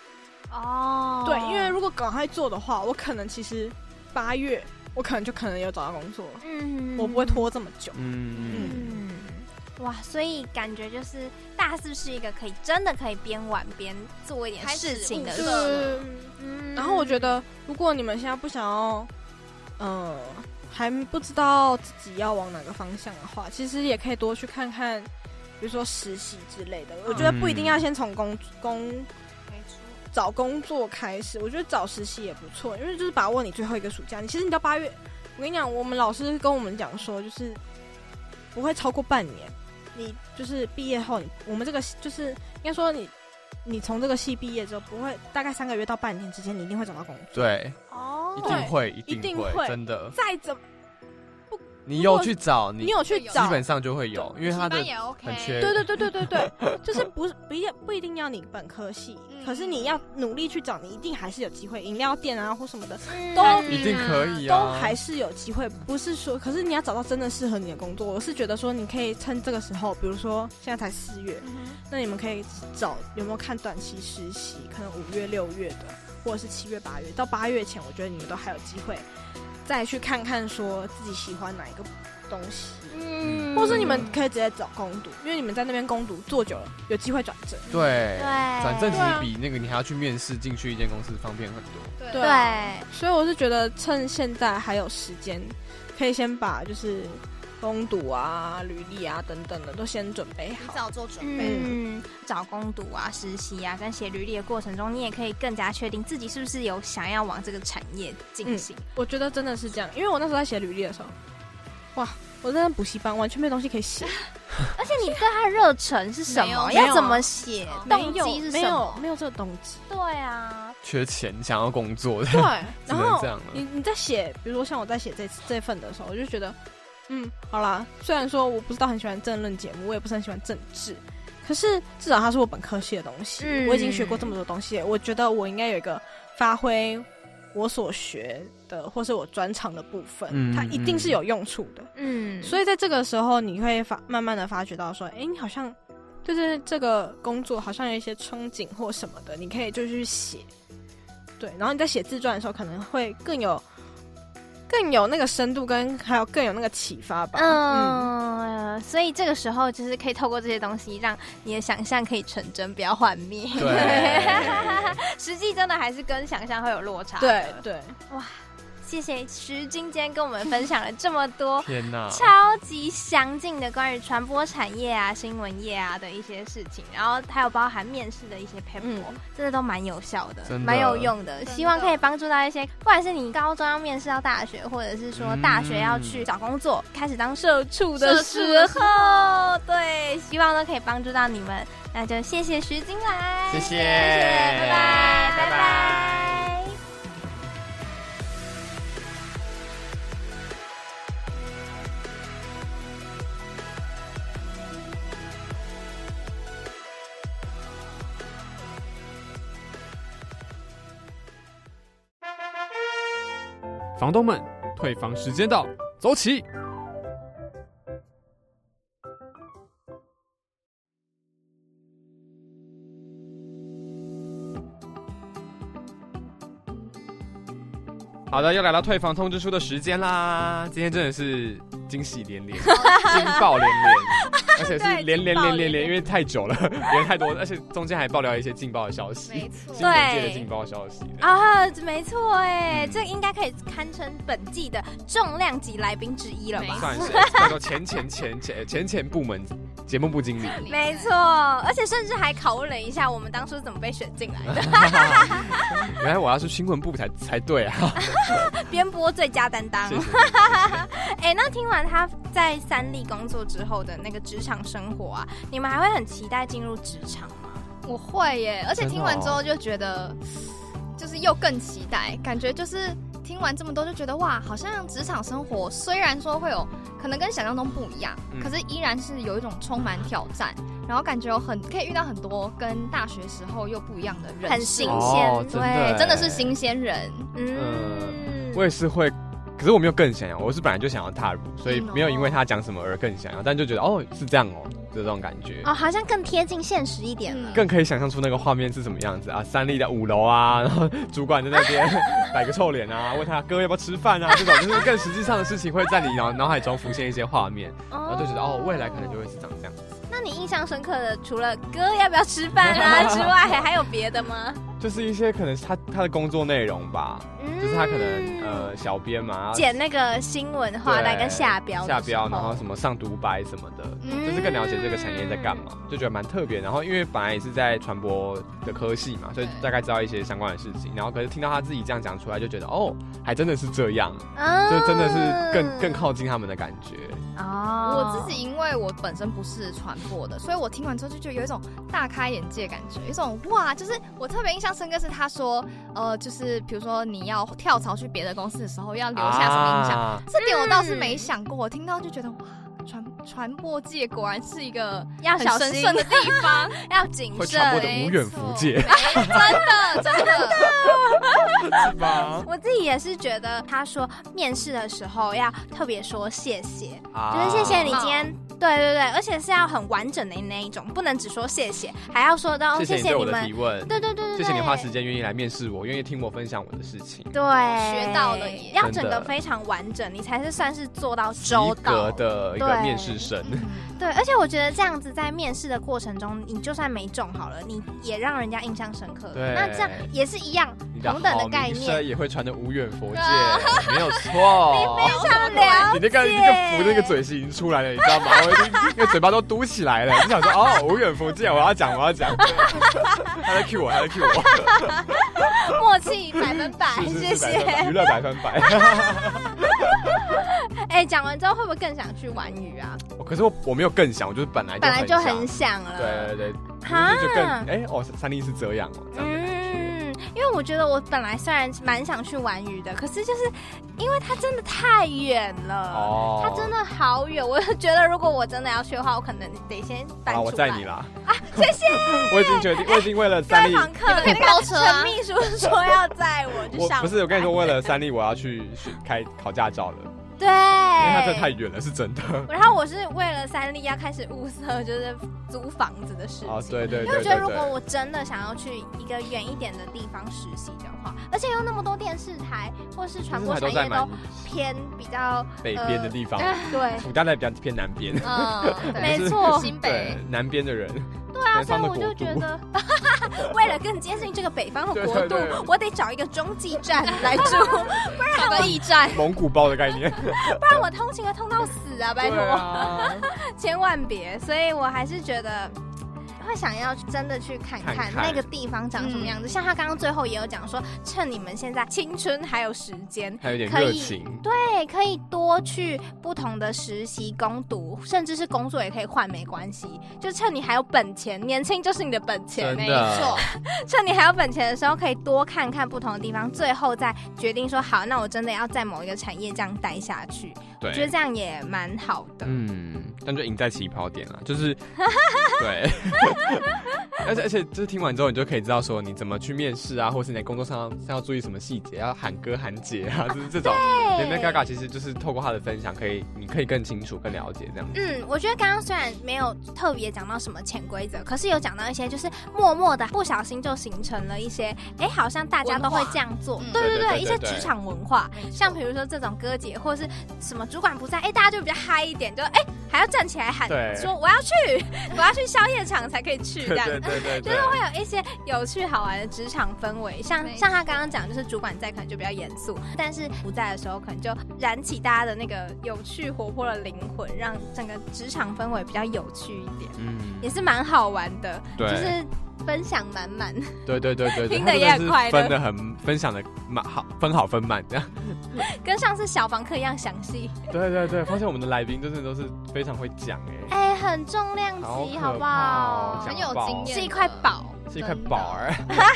S2: 哦，
S3: 对，因为如果赶快做的话，我可能其实八月我可能就可能有找到工作了，
S2: 嗯
S3: 我不会。拖这么久。
S4: 嗯嗯
S2: 嗯，哇，所以感觉就是大四是一个可以真的可以边玩边做一点
S5: 开始
S2: 事情的
S5: 物
S2: 时
S5: 色
S2: 候，
S5: 是
S2: 嗯
S3: 然后我觉得，如果你们现在不想要，嗯、还不知道自己要往哪个方向的话，其实也可以多去看看，比如说实习之类的。我觉得不一定
S4: 嗯
S3: 要先从工工
S5: 没错
S3: 找工作开始，我觉得找实习也不错，因为就是把握你最后一个暑假。你其实你到八月，我跟你讲，我们老师跟我们讲说，就是不会超过半年。你就是毕业后，你我们这个就是应该说你，你从这个系毕业之后，不会大概三个月到半年之间，你一定会找到工作。
S4: 对，
S2: 哦，
S4: 一定会，一
S3: 一定
S4: 会，
S3: 会
S4: 真的。
S3: 再怎么
S4: 你
S3: 如
S4: 有
S3: 果
S4: 去找，
S3: 你
S4: 你
S3: 有去
S4: 基
S3: 找，
S4: 本上就会有，因为他的
S5: 一般也 OK，
S4: 很缺
S3: 对对对对对对，就是不是不一定不一定要你本科系，
S5: 嗯
S3: 可是你要努力去找，你一定还是有机会，饮料店啊或什么的都
S2: 嗯
S4: 一定可以
S3: 都
S4: 啊，
S3: 还是有机会，不是说，可是你要找到真的适合你的工作，我是觉得说你可以趁这个时候，比如说现在才四月，那你们可以找有没有看短期实习，可能五月六月的，或者是七月八月，到八月前，我觉得你们都还有机会再去看看说自己喜欢哪一个东西。
S2: 嗯
S3: 或是你们可以直接找攻读，因为你们在那边攻读做久了，有机会转正。
S4: 对
S2: 对。
S4: 转正其
S3: 对啊
S4: 实比那个你还要去面试进去一间公司方便很多。
S3: 对
S2: 对
S3: 啊，所以我是觉得趁现在还有时间，可以先把就是攻读啊、履历啊等等的都先准备
S5: 提
S3: 好。
S5: 早做准备。
S2: 嗯，找工读啊、实习啊，跟写履历的过程中，你也可以更加确定自己是不是有想要往这个产业进行。
S3: 我觉得真的是这样，因为我那时候在写履历的时候，哇，我在那补习班完全没有东西可以写，
S2: 而且你对他的热忱是什
S5: 没有
S2: 么？
S3: 没
S2: 要
S3: 有
S2: 怎么写？
S3: 没
S2: (laughs) 动
S3: 有
S2: 机是
S3: 没
S2: 什
S3: 有
S2: 么？
S3: 没有这个动 (laughs) 机。
S2: 对啊，
S4: 缺钱，想要工作的，，
S3: 对
S4: 只
S3: 然
S4: 能
S3: 后
S4: 这样了
S3: 你。你在写，比如说像我在写这次这份的时候，我就觉得，嗯，好啦，虽然说我不知道很喜欢政论节目，我也不是很喜欢政治，可是至少它是我本科系的东西，
S2: 嗯
S3: 我已经学过这么多东西了，我觉得我应该有一个发挥我所学的或是我专长的部分，
S4: 嗯
S3: 它一定是有用处的。
S2: 嗯，
S3: 所以在这个时候，你会发慢慢的发觉到说，哎、你好像对这这个工作好像有一些憧憬或什么的，你可以就去写。对，然后你在写自传的时候，可能会更有更有那个深度跟，还有更有那个启发吧。嗯，
S2: 嗯、所以这个时候就是可以透过这些东西，让你的想象可以成真，不要幻灭。 (laughs)
S4: 对
S3: (laughs)
S2: 实际真的还是跟想象会有落差。
S3: 对，对，
S2: 谢谢石金今天跟我们分享了这么多
S4: 天哪！
S2: 超级详尽的关于传播产业啊、新闻业啊的一些事情，然后还有包含面试的一些 paper，、
S3: 嗯
S2: 真的都蛮有效的，
S4: 真的
S2: 蛮有用的。
S5: 的
S2: 希望可以帮助到一些，不管是你高中要面试到大学，或者是说大学要去找工作、开始当社畜的时
S5: 社畜
S2: 候，对，希望都可以帮助到你们。那就谢谢徐金来，
S4: 谢谢
S2: 谢拜拜，
S4: 拜拜
S2: 拜拜
S1: 房东们，退房时间到，走起！
S4: 好的，又来到退房通知书的时间啦！今天真的是惊喜连连，惊爆连连，而且是
S2: 对
S4: 连连
S2: 惊爆连
S4: 连连连，
S2: 连
S4: 因为太久了， (laughs) 连太多，而且中间还爆料一些劲爆的消
S3: 嗯
S4: 息，
S5: 没错
S4: 新闻界的
S2: 对
S4: 劲爆消息。
S2: 啊，没错哎，
S4: 嗯
S2: 这应该可以堪称本季的重量级来宾之一了吧？
S4: 算是叫做前前前前前前部门节目部经理，
S5: (laughs)
S2: 没错，而且甚至还拷问了一下我们当初怎么被选进来的，
S4: 原来我要是新闻部才才对啊！
S2: 编播最佳担当
S5: 啊
S4: 谢。谢。
S2: 哎、那听完他在三立工作之后的那个职场生活啊，你们还会很期待进入职场吗？
S5: 我会耶，而且
S4: 真的
S5: 听完
S4: 哦
S5: 之后就觉得，就是又更期待，感觉就是听完这么多就觉得哇，好像职场生活虽然说会有可能跟想象中不一样，
S4: 嗯
S5: 可是依然是有一种充满挑战，然后感觉有很可以遇到很多跟大学时候又不一样的人，
S2: 很
S5: 事
S2: 新
S5: 物
S2: 鲜、
S4: 哦真的
S5: 对，
S4: 耶
S5: 哎真的是新鲜人，
S4: 呃
S2: 嗯，
S4: 我也是会，可是我没有更想要，我是本来就想要踏入，
S5: 嗯
S4: 所以没有因为他讲什么而更想要，但就觉得哦是这样哦的这种感觉。
S5: 啊
S2: 哦，好像更贴近现实一点了。
S4: 更可以想象出那个画面是什么样子啊！三立的五楼啊，然后主管在那边 (laughs) 摆个臭脸啊，问他哥要不要吃饭
S5: (laughs)
S4: 啊，这种就是更实际上的事情会在你脑脑海中浮现一些画面，然
S2: 哦
S4: 后就觉得哦，未来可能就会是长这样。
S2: 那你印象深刻的，除了哥要不要吃饭
S4: (laughs)
S2: 啊之外，还有别的吗？
S4: 就是一些可能是他他的工作内容吧，
S2: 嗯
S4: 就是他可能呃小编嘛，
S2: 剪那个新闻画带
S4: 对
S2: 跟下标的时候，
S4: 下标，然后什么上独白什么的，
S5: 嗯
S4: 就是更了解这个产业在干嘛，就觉得蛮特别。然后因为本来也是在传播的科系嘛，所以
S5: 对
S4: 大概知道一些相关的事情。然后可是听到他自己这样讲出来，就觉得哦，还真的是这样，
S2: 嗯，
S4: 就真的是更更靠近他们的感觉。
S2: 哦，
S5: 我自己因为我本身不是传播的，所以我听完之后就觉得有一种大开眼界的感觉，有一种哇，就是我特别印象深刻是他说，呃，就是比如说你要跳槽去别的公司的时候要留下什么印象，
S4: 啊
S5: 这点我倒是没想过，我听到就觉得哇，传传播界果然是一个
S2: 要
S5: 很
S2: 小
S5: 神
S2: 心
S5: 圣，的地方，
S2: 要谨
S4: 会传播的
S2: 慎。
S4: 无远弗届，
S5: 真的真的，
S2: (laughs)
S4: 是吧？ (laughs)
S2: 我自己也是觉得，他说面试的时候要特别说谢谢，
S4: 啊
S2: 就是谢谢你今天，
S5: 啊
S2: 对对对，而且是要很完整的那一种，不能只说谢谢，还要说到哦
S4: 谢谢你
S2: 谢
S4: 对
S2: 你
S4: 我的
S2: 们
S4: 提，问，
S2: 对对对对，
S4: 谢谢你
S2: 对
S4: 花时间愿意来面试我，愿意听我分享我的事情。
S2: 对，
S5: 学到了耶
S2: 要整
S4: 真
S2: 个
S4: 的
S2: 非常完整，你才是算是做到周
S4: 及
S2: 到
S4: 格的一
S2: 对
S4: 个面试生，
S2: 对，而且我觉得这样子在面试的过程中，你就算没中好了，你也让人家印象深刻。
S4: 对
S2: 那这样也是一样
S4: 你的
S2: 同等的
S4: 好
S2: 概
S4: 名声
S2: 念。
S4: 也会传得无远佛界
S5: 啊，
S2: (laughs)
S4: 没有错。
S2: 漂亮，
S4: 你那个那个福的那个嘴型已经出来了，你知道吗？我已
S2: (laughs)
S4: 经那个嘴巴都嘟起来了，就想说哦，无远佛界，我要讲，我要讲。他在 cue 我，他在 cue
S2: (laughs)
S4: 我，
S2: 默
S4: (laughs)
S2: 契百分百，
S4: 是
S2: 谢
S4: 是是百分百，
S2: 谢。
S4: 娱乐百分百。 (laughs)
S2: 哎，讲完之后会不会更想去玩鱼啊？
S4: 可是我我没有更想，我就是本来就
S2: 本来就
S4: 很
S2: 很
S4: 想
S2: 想了。
S4: 对对对，
S2: 哈
S4: 就是就更哎哦，三三立是这样哦，这样的感觉。
S2: 嗯嗯，因因为我觉得我本来虽然蛮想去玩鱼的，可是就是因为它真的太远了，
S4: 哦
S2: 它真的好远，我就觉得如果我真的要去的话，我可能得先搬出来。
S4: 啊，我载你啦！
S2: 谢谢
S4: (laughs)
S2: 哎
S4: 我已经决定，我已经为了
S2: 各
S4: 三
S2: 位
S4: 立，
S2: 房客，
S5: 你
S2: 那
S5: 们可以包
S2: 个
S5: 车啊
S2: 陈秘书说要载我去
S4: 我
S2: 上班，
S4: 不是我跟你说，为了三立，我要去去开考驾照了，
S2: 对，
S4: 因为它真的太远了，是真的。
S2: 然后我哎是为了三立要开始物色，就是租房子的事情。
S4: 哦，对对
S2: 因为
S4: 对
S2: 我
S4: 对
S2: 觉得，如果
S4: 对，
S2: 我真的想要去一个远一点的地方实习的话，而且有那么多电视台或是传播
S4: 嗯还
S2: 产
S4: 都在
S2: 业
S4: 蛮
S2: 都偏比较
S4: 北边的地
S2: (laughs)
S4: 方，
S2: 呃对，
S4: 福大在比较偏南边，
S5: 嗯，对
S2: 没错。
S5: 新北
S4: 对，南边的人，
S2: 对啊，
S4: 南
S2: 所以
S4: 方的
S2: 我就
S4: 国度
S2: 觉
S4: (laughs)
S2: 得，为了更接近这个北方的国
S4: 对
S2: 度
S4: 对对，
S2: 我得找一个中继站来
S4: (laughs)
S2: 住，
S5: 找个驿站，
S4: 蒙古包的概
S2: (laughs)
S4: 念，
S2: 不然我通勤会通到死啊！拜
S4: 对
S2: 托。
S3: (laughs)
S4: 啊，
S2: 千万别。所以我还是觉得。会想要真的去看看
S4: 看看嗯
S2: 那个地方长什么样子，像他刚刚最后也有讲说，趁你们现在青春还有时间，
S4: 还有点
S2: 可以
S4: 热情，
S2: 对，可以多去不同的实习、攻读，甚至是工作也可以换，没关系。就趁你还有本钱，年轻就是你的本钱、
S4: 真
S2: 欸，
S4: 的，
S2: 趁你还有本钱的时候，可以多看看不同的地方，最后再决定说好，那我真的要在某一个产业这样待下去，我觉得
S4: 对，
S2: 这样也蛮好的。
S4: 嗯，但就赢在起跑点了，就是
S2: (laughs)
S4: 对， (laughs) 而且而且就是听完之后，你就可以知道说你怎么去面试啊，或是你在工作上要注意什么细节，要喊哥喊姐啊，就是这种。
S2: 对
S4: Lady Gaga 其实就是透过她的分享，可以你可以更清楚、更了解这样子。
S2: 嗯，我觉得刚刚虽然没有特别讲到什么潜规则，可是有讲到一些就是默默的不小心就形成了一些，哎，好像大家都会这样做
S5: 文化，嗯
S2: 对对
S4: 对对对
S2: 对，一些
S4: 对
S2: 职场文化，像比如说这种哥姐或是什么主管不在，哎，大家就比较嗨一点，就哎还要站起来喊
S4: 对
S2: 说我要去，我要去宵夜场才可以去这样。
S4: (laughs) 对对
S2: 就是会有一些有趣好玩的职场氛围，像
S5: 没错
S2: 像他刚刚讲，就是主管在可能就比较严肃，但是不在的时候可能就燃起大家的那个有趣活泼的灵魂，让整个职场氛围比较有趣一点，
S4: 嗯，
S2: 也是蛮好玩的，就
S4: 对
S2: 是分享满满。 (laughs)
S4: 对对对对对，
S2: 听得
S4: 她真
S2: 也很
S4: 是
S2: 快乐
S4: 分的很分享的蛮好，分好分满这样。
S2: 跟上次小房客一样详细，
S4: (laughs) 对对对，发现我们的来宾真的都是非常会讲哎、
S2: 哎、很重量级，好
S4: 好可
S2: 不
S4: 怕哦
S2: 好？
S5: 很
S4: 讲
S5: 有经验，
S2: 是一块宝。
S4: 是一块宝儿。 (laughs)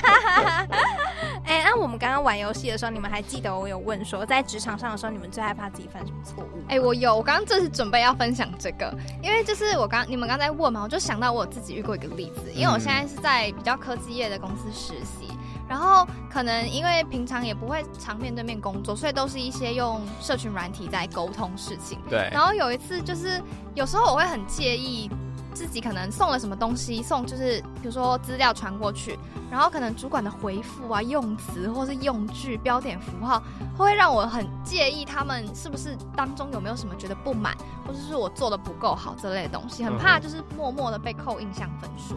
S2: 哎、那、我们刚刚玩游戏的时候，你们还记得我有问说，在职场上的时候，你们最害怕自己犯什么错误？
S5: 哎、我有，我刚刚就是准备要分享这个，因为就是我刚你们刚才问嘛，我就想到我自己遇过一个例子，因为我现在是在比较科技业的公司实习，然后可能因为平常也不会常面对面工作，所以都是一些用社群软体在沟通事情。
S4: 对，
S5: 然后有一次就是有时候我会很介意自己可能送了什么东西，送就是比如说资料传过去，然后可能主管的回复啊、用词或是用句、标点符号，会让我很介意他们是不是当中有没有什么觉得不满，或者是我做的不够好这类的东西，很怕
S4: 嗯
S5: 就是默默的被扣印象分数，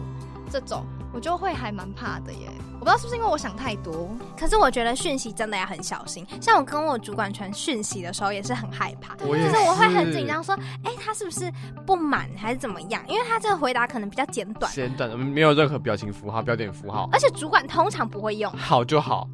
S5: 这种我就会还蛮怕的耶。我不知道是不是因为我想太多，
S2: 可是我觉得讯息真的要很小心，像我跟我主管传讯息的时候也是很害怕，
S4: 我也
S2: 就是我会很紧张，说，哎、他是不是不满还是怎么样？因为他这个回答可能比较简短，
S4: 简短的，嗯没有任何表情符号、标点符号，
S2: 而且主管通常不会用，
S4: 好就好，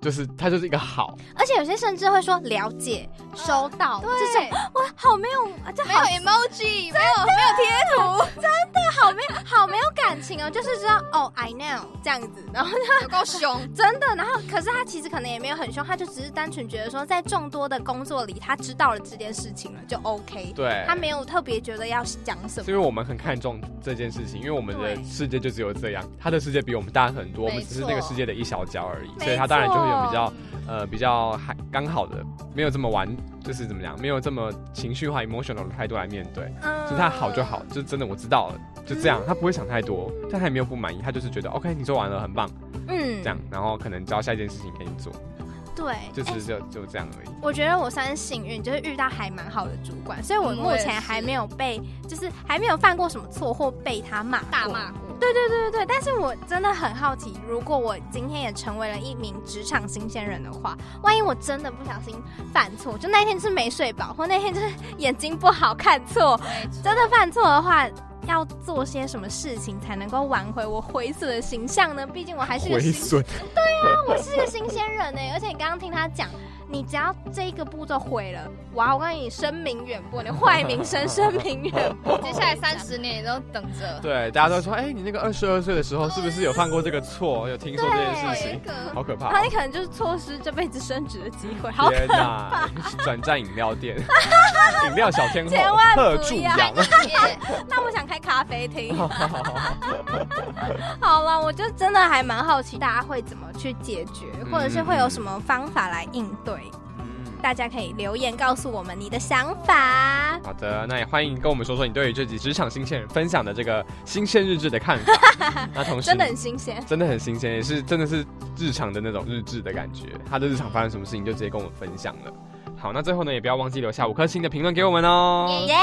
S4: 就是它就是一个好，
S2: 而且有些甚至会说了解、收到，
S5: 啊
S2: 这种
S5: (laughs)
S2: 哇，好没有，啊这
S5: 没有
S2: 好
S5: emoji，没有没有贴
S2: (laughs) 好没有好没有感情哦，就是知道哦，I know 这样子，然后
S5: 有够凶，
S2: 真的，然后可是他其实可能也没有很凶，他就只是单纯觉得说，在众多的工作里，他知道了这件事情了就 OK，
S4: 对，
S2: 他没有特别觉得要讲什么
S4: 是。因为我们很看重这件事情，因为我们的
S2: 对
S4: 世界就只有这样，他的世界比我们大很多，我
S5: 没
S4: 们只是那个世界的一小角而已，
S2: 错
S4: 所以他当然就会有比较呃比较还刚好的，没有这么完，就是怎么样，没有这么情绪化 emotional 的态度来面对，
S2: 嗯
S4: 就是他好就好，就真的我知道了，就这样，他不会想太多，但他也没有不满意，他就是觉得 OK，你做完了很棒，
S2: 嗯
S4: 这样，然后可能交下一件事情给你做，
S2: 对，
S4: 就
S2: 哎
S4: 只是就就这样而已。
S2: 我觉得我算是幸运，就是遇到还蛮好的主管，所以我
S5: 嗯
S2: 目
S5: 我也
S2: 前
S5: 是
S2: 还没有被，就是还没有犯过什么错或被他骂
S5: 大
S2: 过
S5: 骂过。
S2: 对对对对对，但是我真的很好奇，如果我今天也成为了一名职场新鲜人的话，万一我真的不小心犯错，就那一天是没睡饱，或那天就是眼睛不好看错，
S5: 没错
S2: 真的犯错的话，要做些什么事情才能够挽回我毁损的形象呢？毕竟我还是个
S4: 毁
S2: 新
S4: 损，
S2: 欸我是个新鲜人呢、而且你刚刚听他讲，你只要这一个步骤毁了，哇，我告诉你，声名远播，你的坏名声声名远
S4: (laughs)
S2: 播。
S5: 接下来三十年你都等着。
S4: 对，大家都说，哎、你那个二十二岁的时候是不是有犯过这个错？有听说这件
S5: 有
S4: 事
S5: 一
S4: 情，
S5: 个
S4: 好可怕、哦
S2: 然后你可能就是错失这辈子升职的机会，好
S4: 天哪！ (laughs) 转战饮料店，饮料小天
S2: (laughs)
S4: 后
S2: 千万
S4: 贺
S2: 不
S4: 柱
S2: (laughs) 要
S4: 阳。
S5: 耶
S2: 那我想开咖啡厅。 (laughs) 好了，我就真的还蛮好奇大家会怎么去解决，或者是会有什么方法来应对。
S4: 嗯
S2: 大家可以留言告诉我们你的想法。
S4: 好的，那也欢迎跟我们说说你对于这集职场新鲜人分享的这个新鲜日志的看
S2: (laughs)
S4: 法。那同时，
S2: 真的很新鲜，
S4: 真的很新鲜，也是真的是日常的那种日志的感觉。他的日常发生什么事情，就直接跟我们分享了。好，那最后呢，也不要忘记留下五颗星的评论给我们哦。
S2: 耶！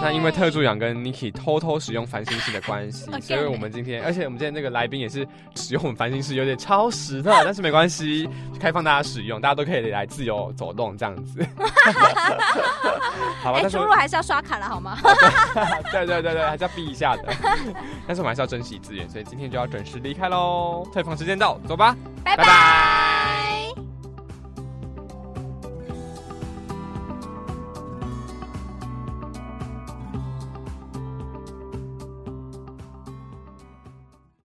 S4: 那因为特助养跟 Niki 偷偷使用繁星系的关系，
S2: Again
S4: 所以我们今天，而且我们今天那个来宾也是使用我们繁星系有点超时的，但是没关系，开放大家使用，大家都可以来自由走动这样子。 (laughs) 好吧，
S2: 哎，
S4: 但是
S2: 出
S4: 我
S2: 入还是要刷卡了好吗？
S4: (laughs) 对对对对，还是要避一下的。 (laughs) 但是我们还是要珍惜资源，所以今天就要准时离开喽。退房时间到，走吧，
S2: 拜
S4: 拜拜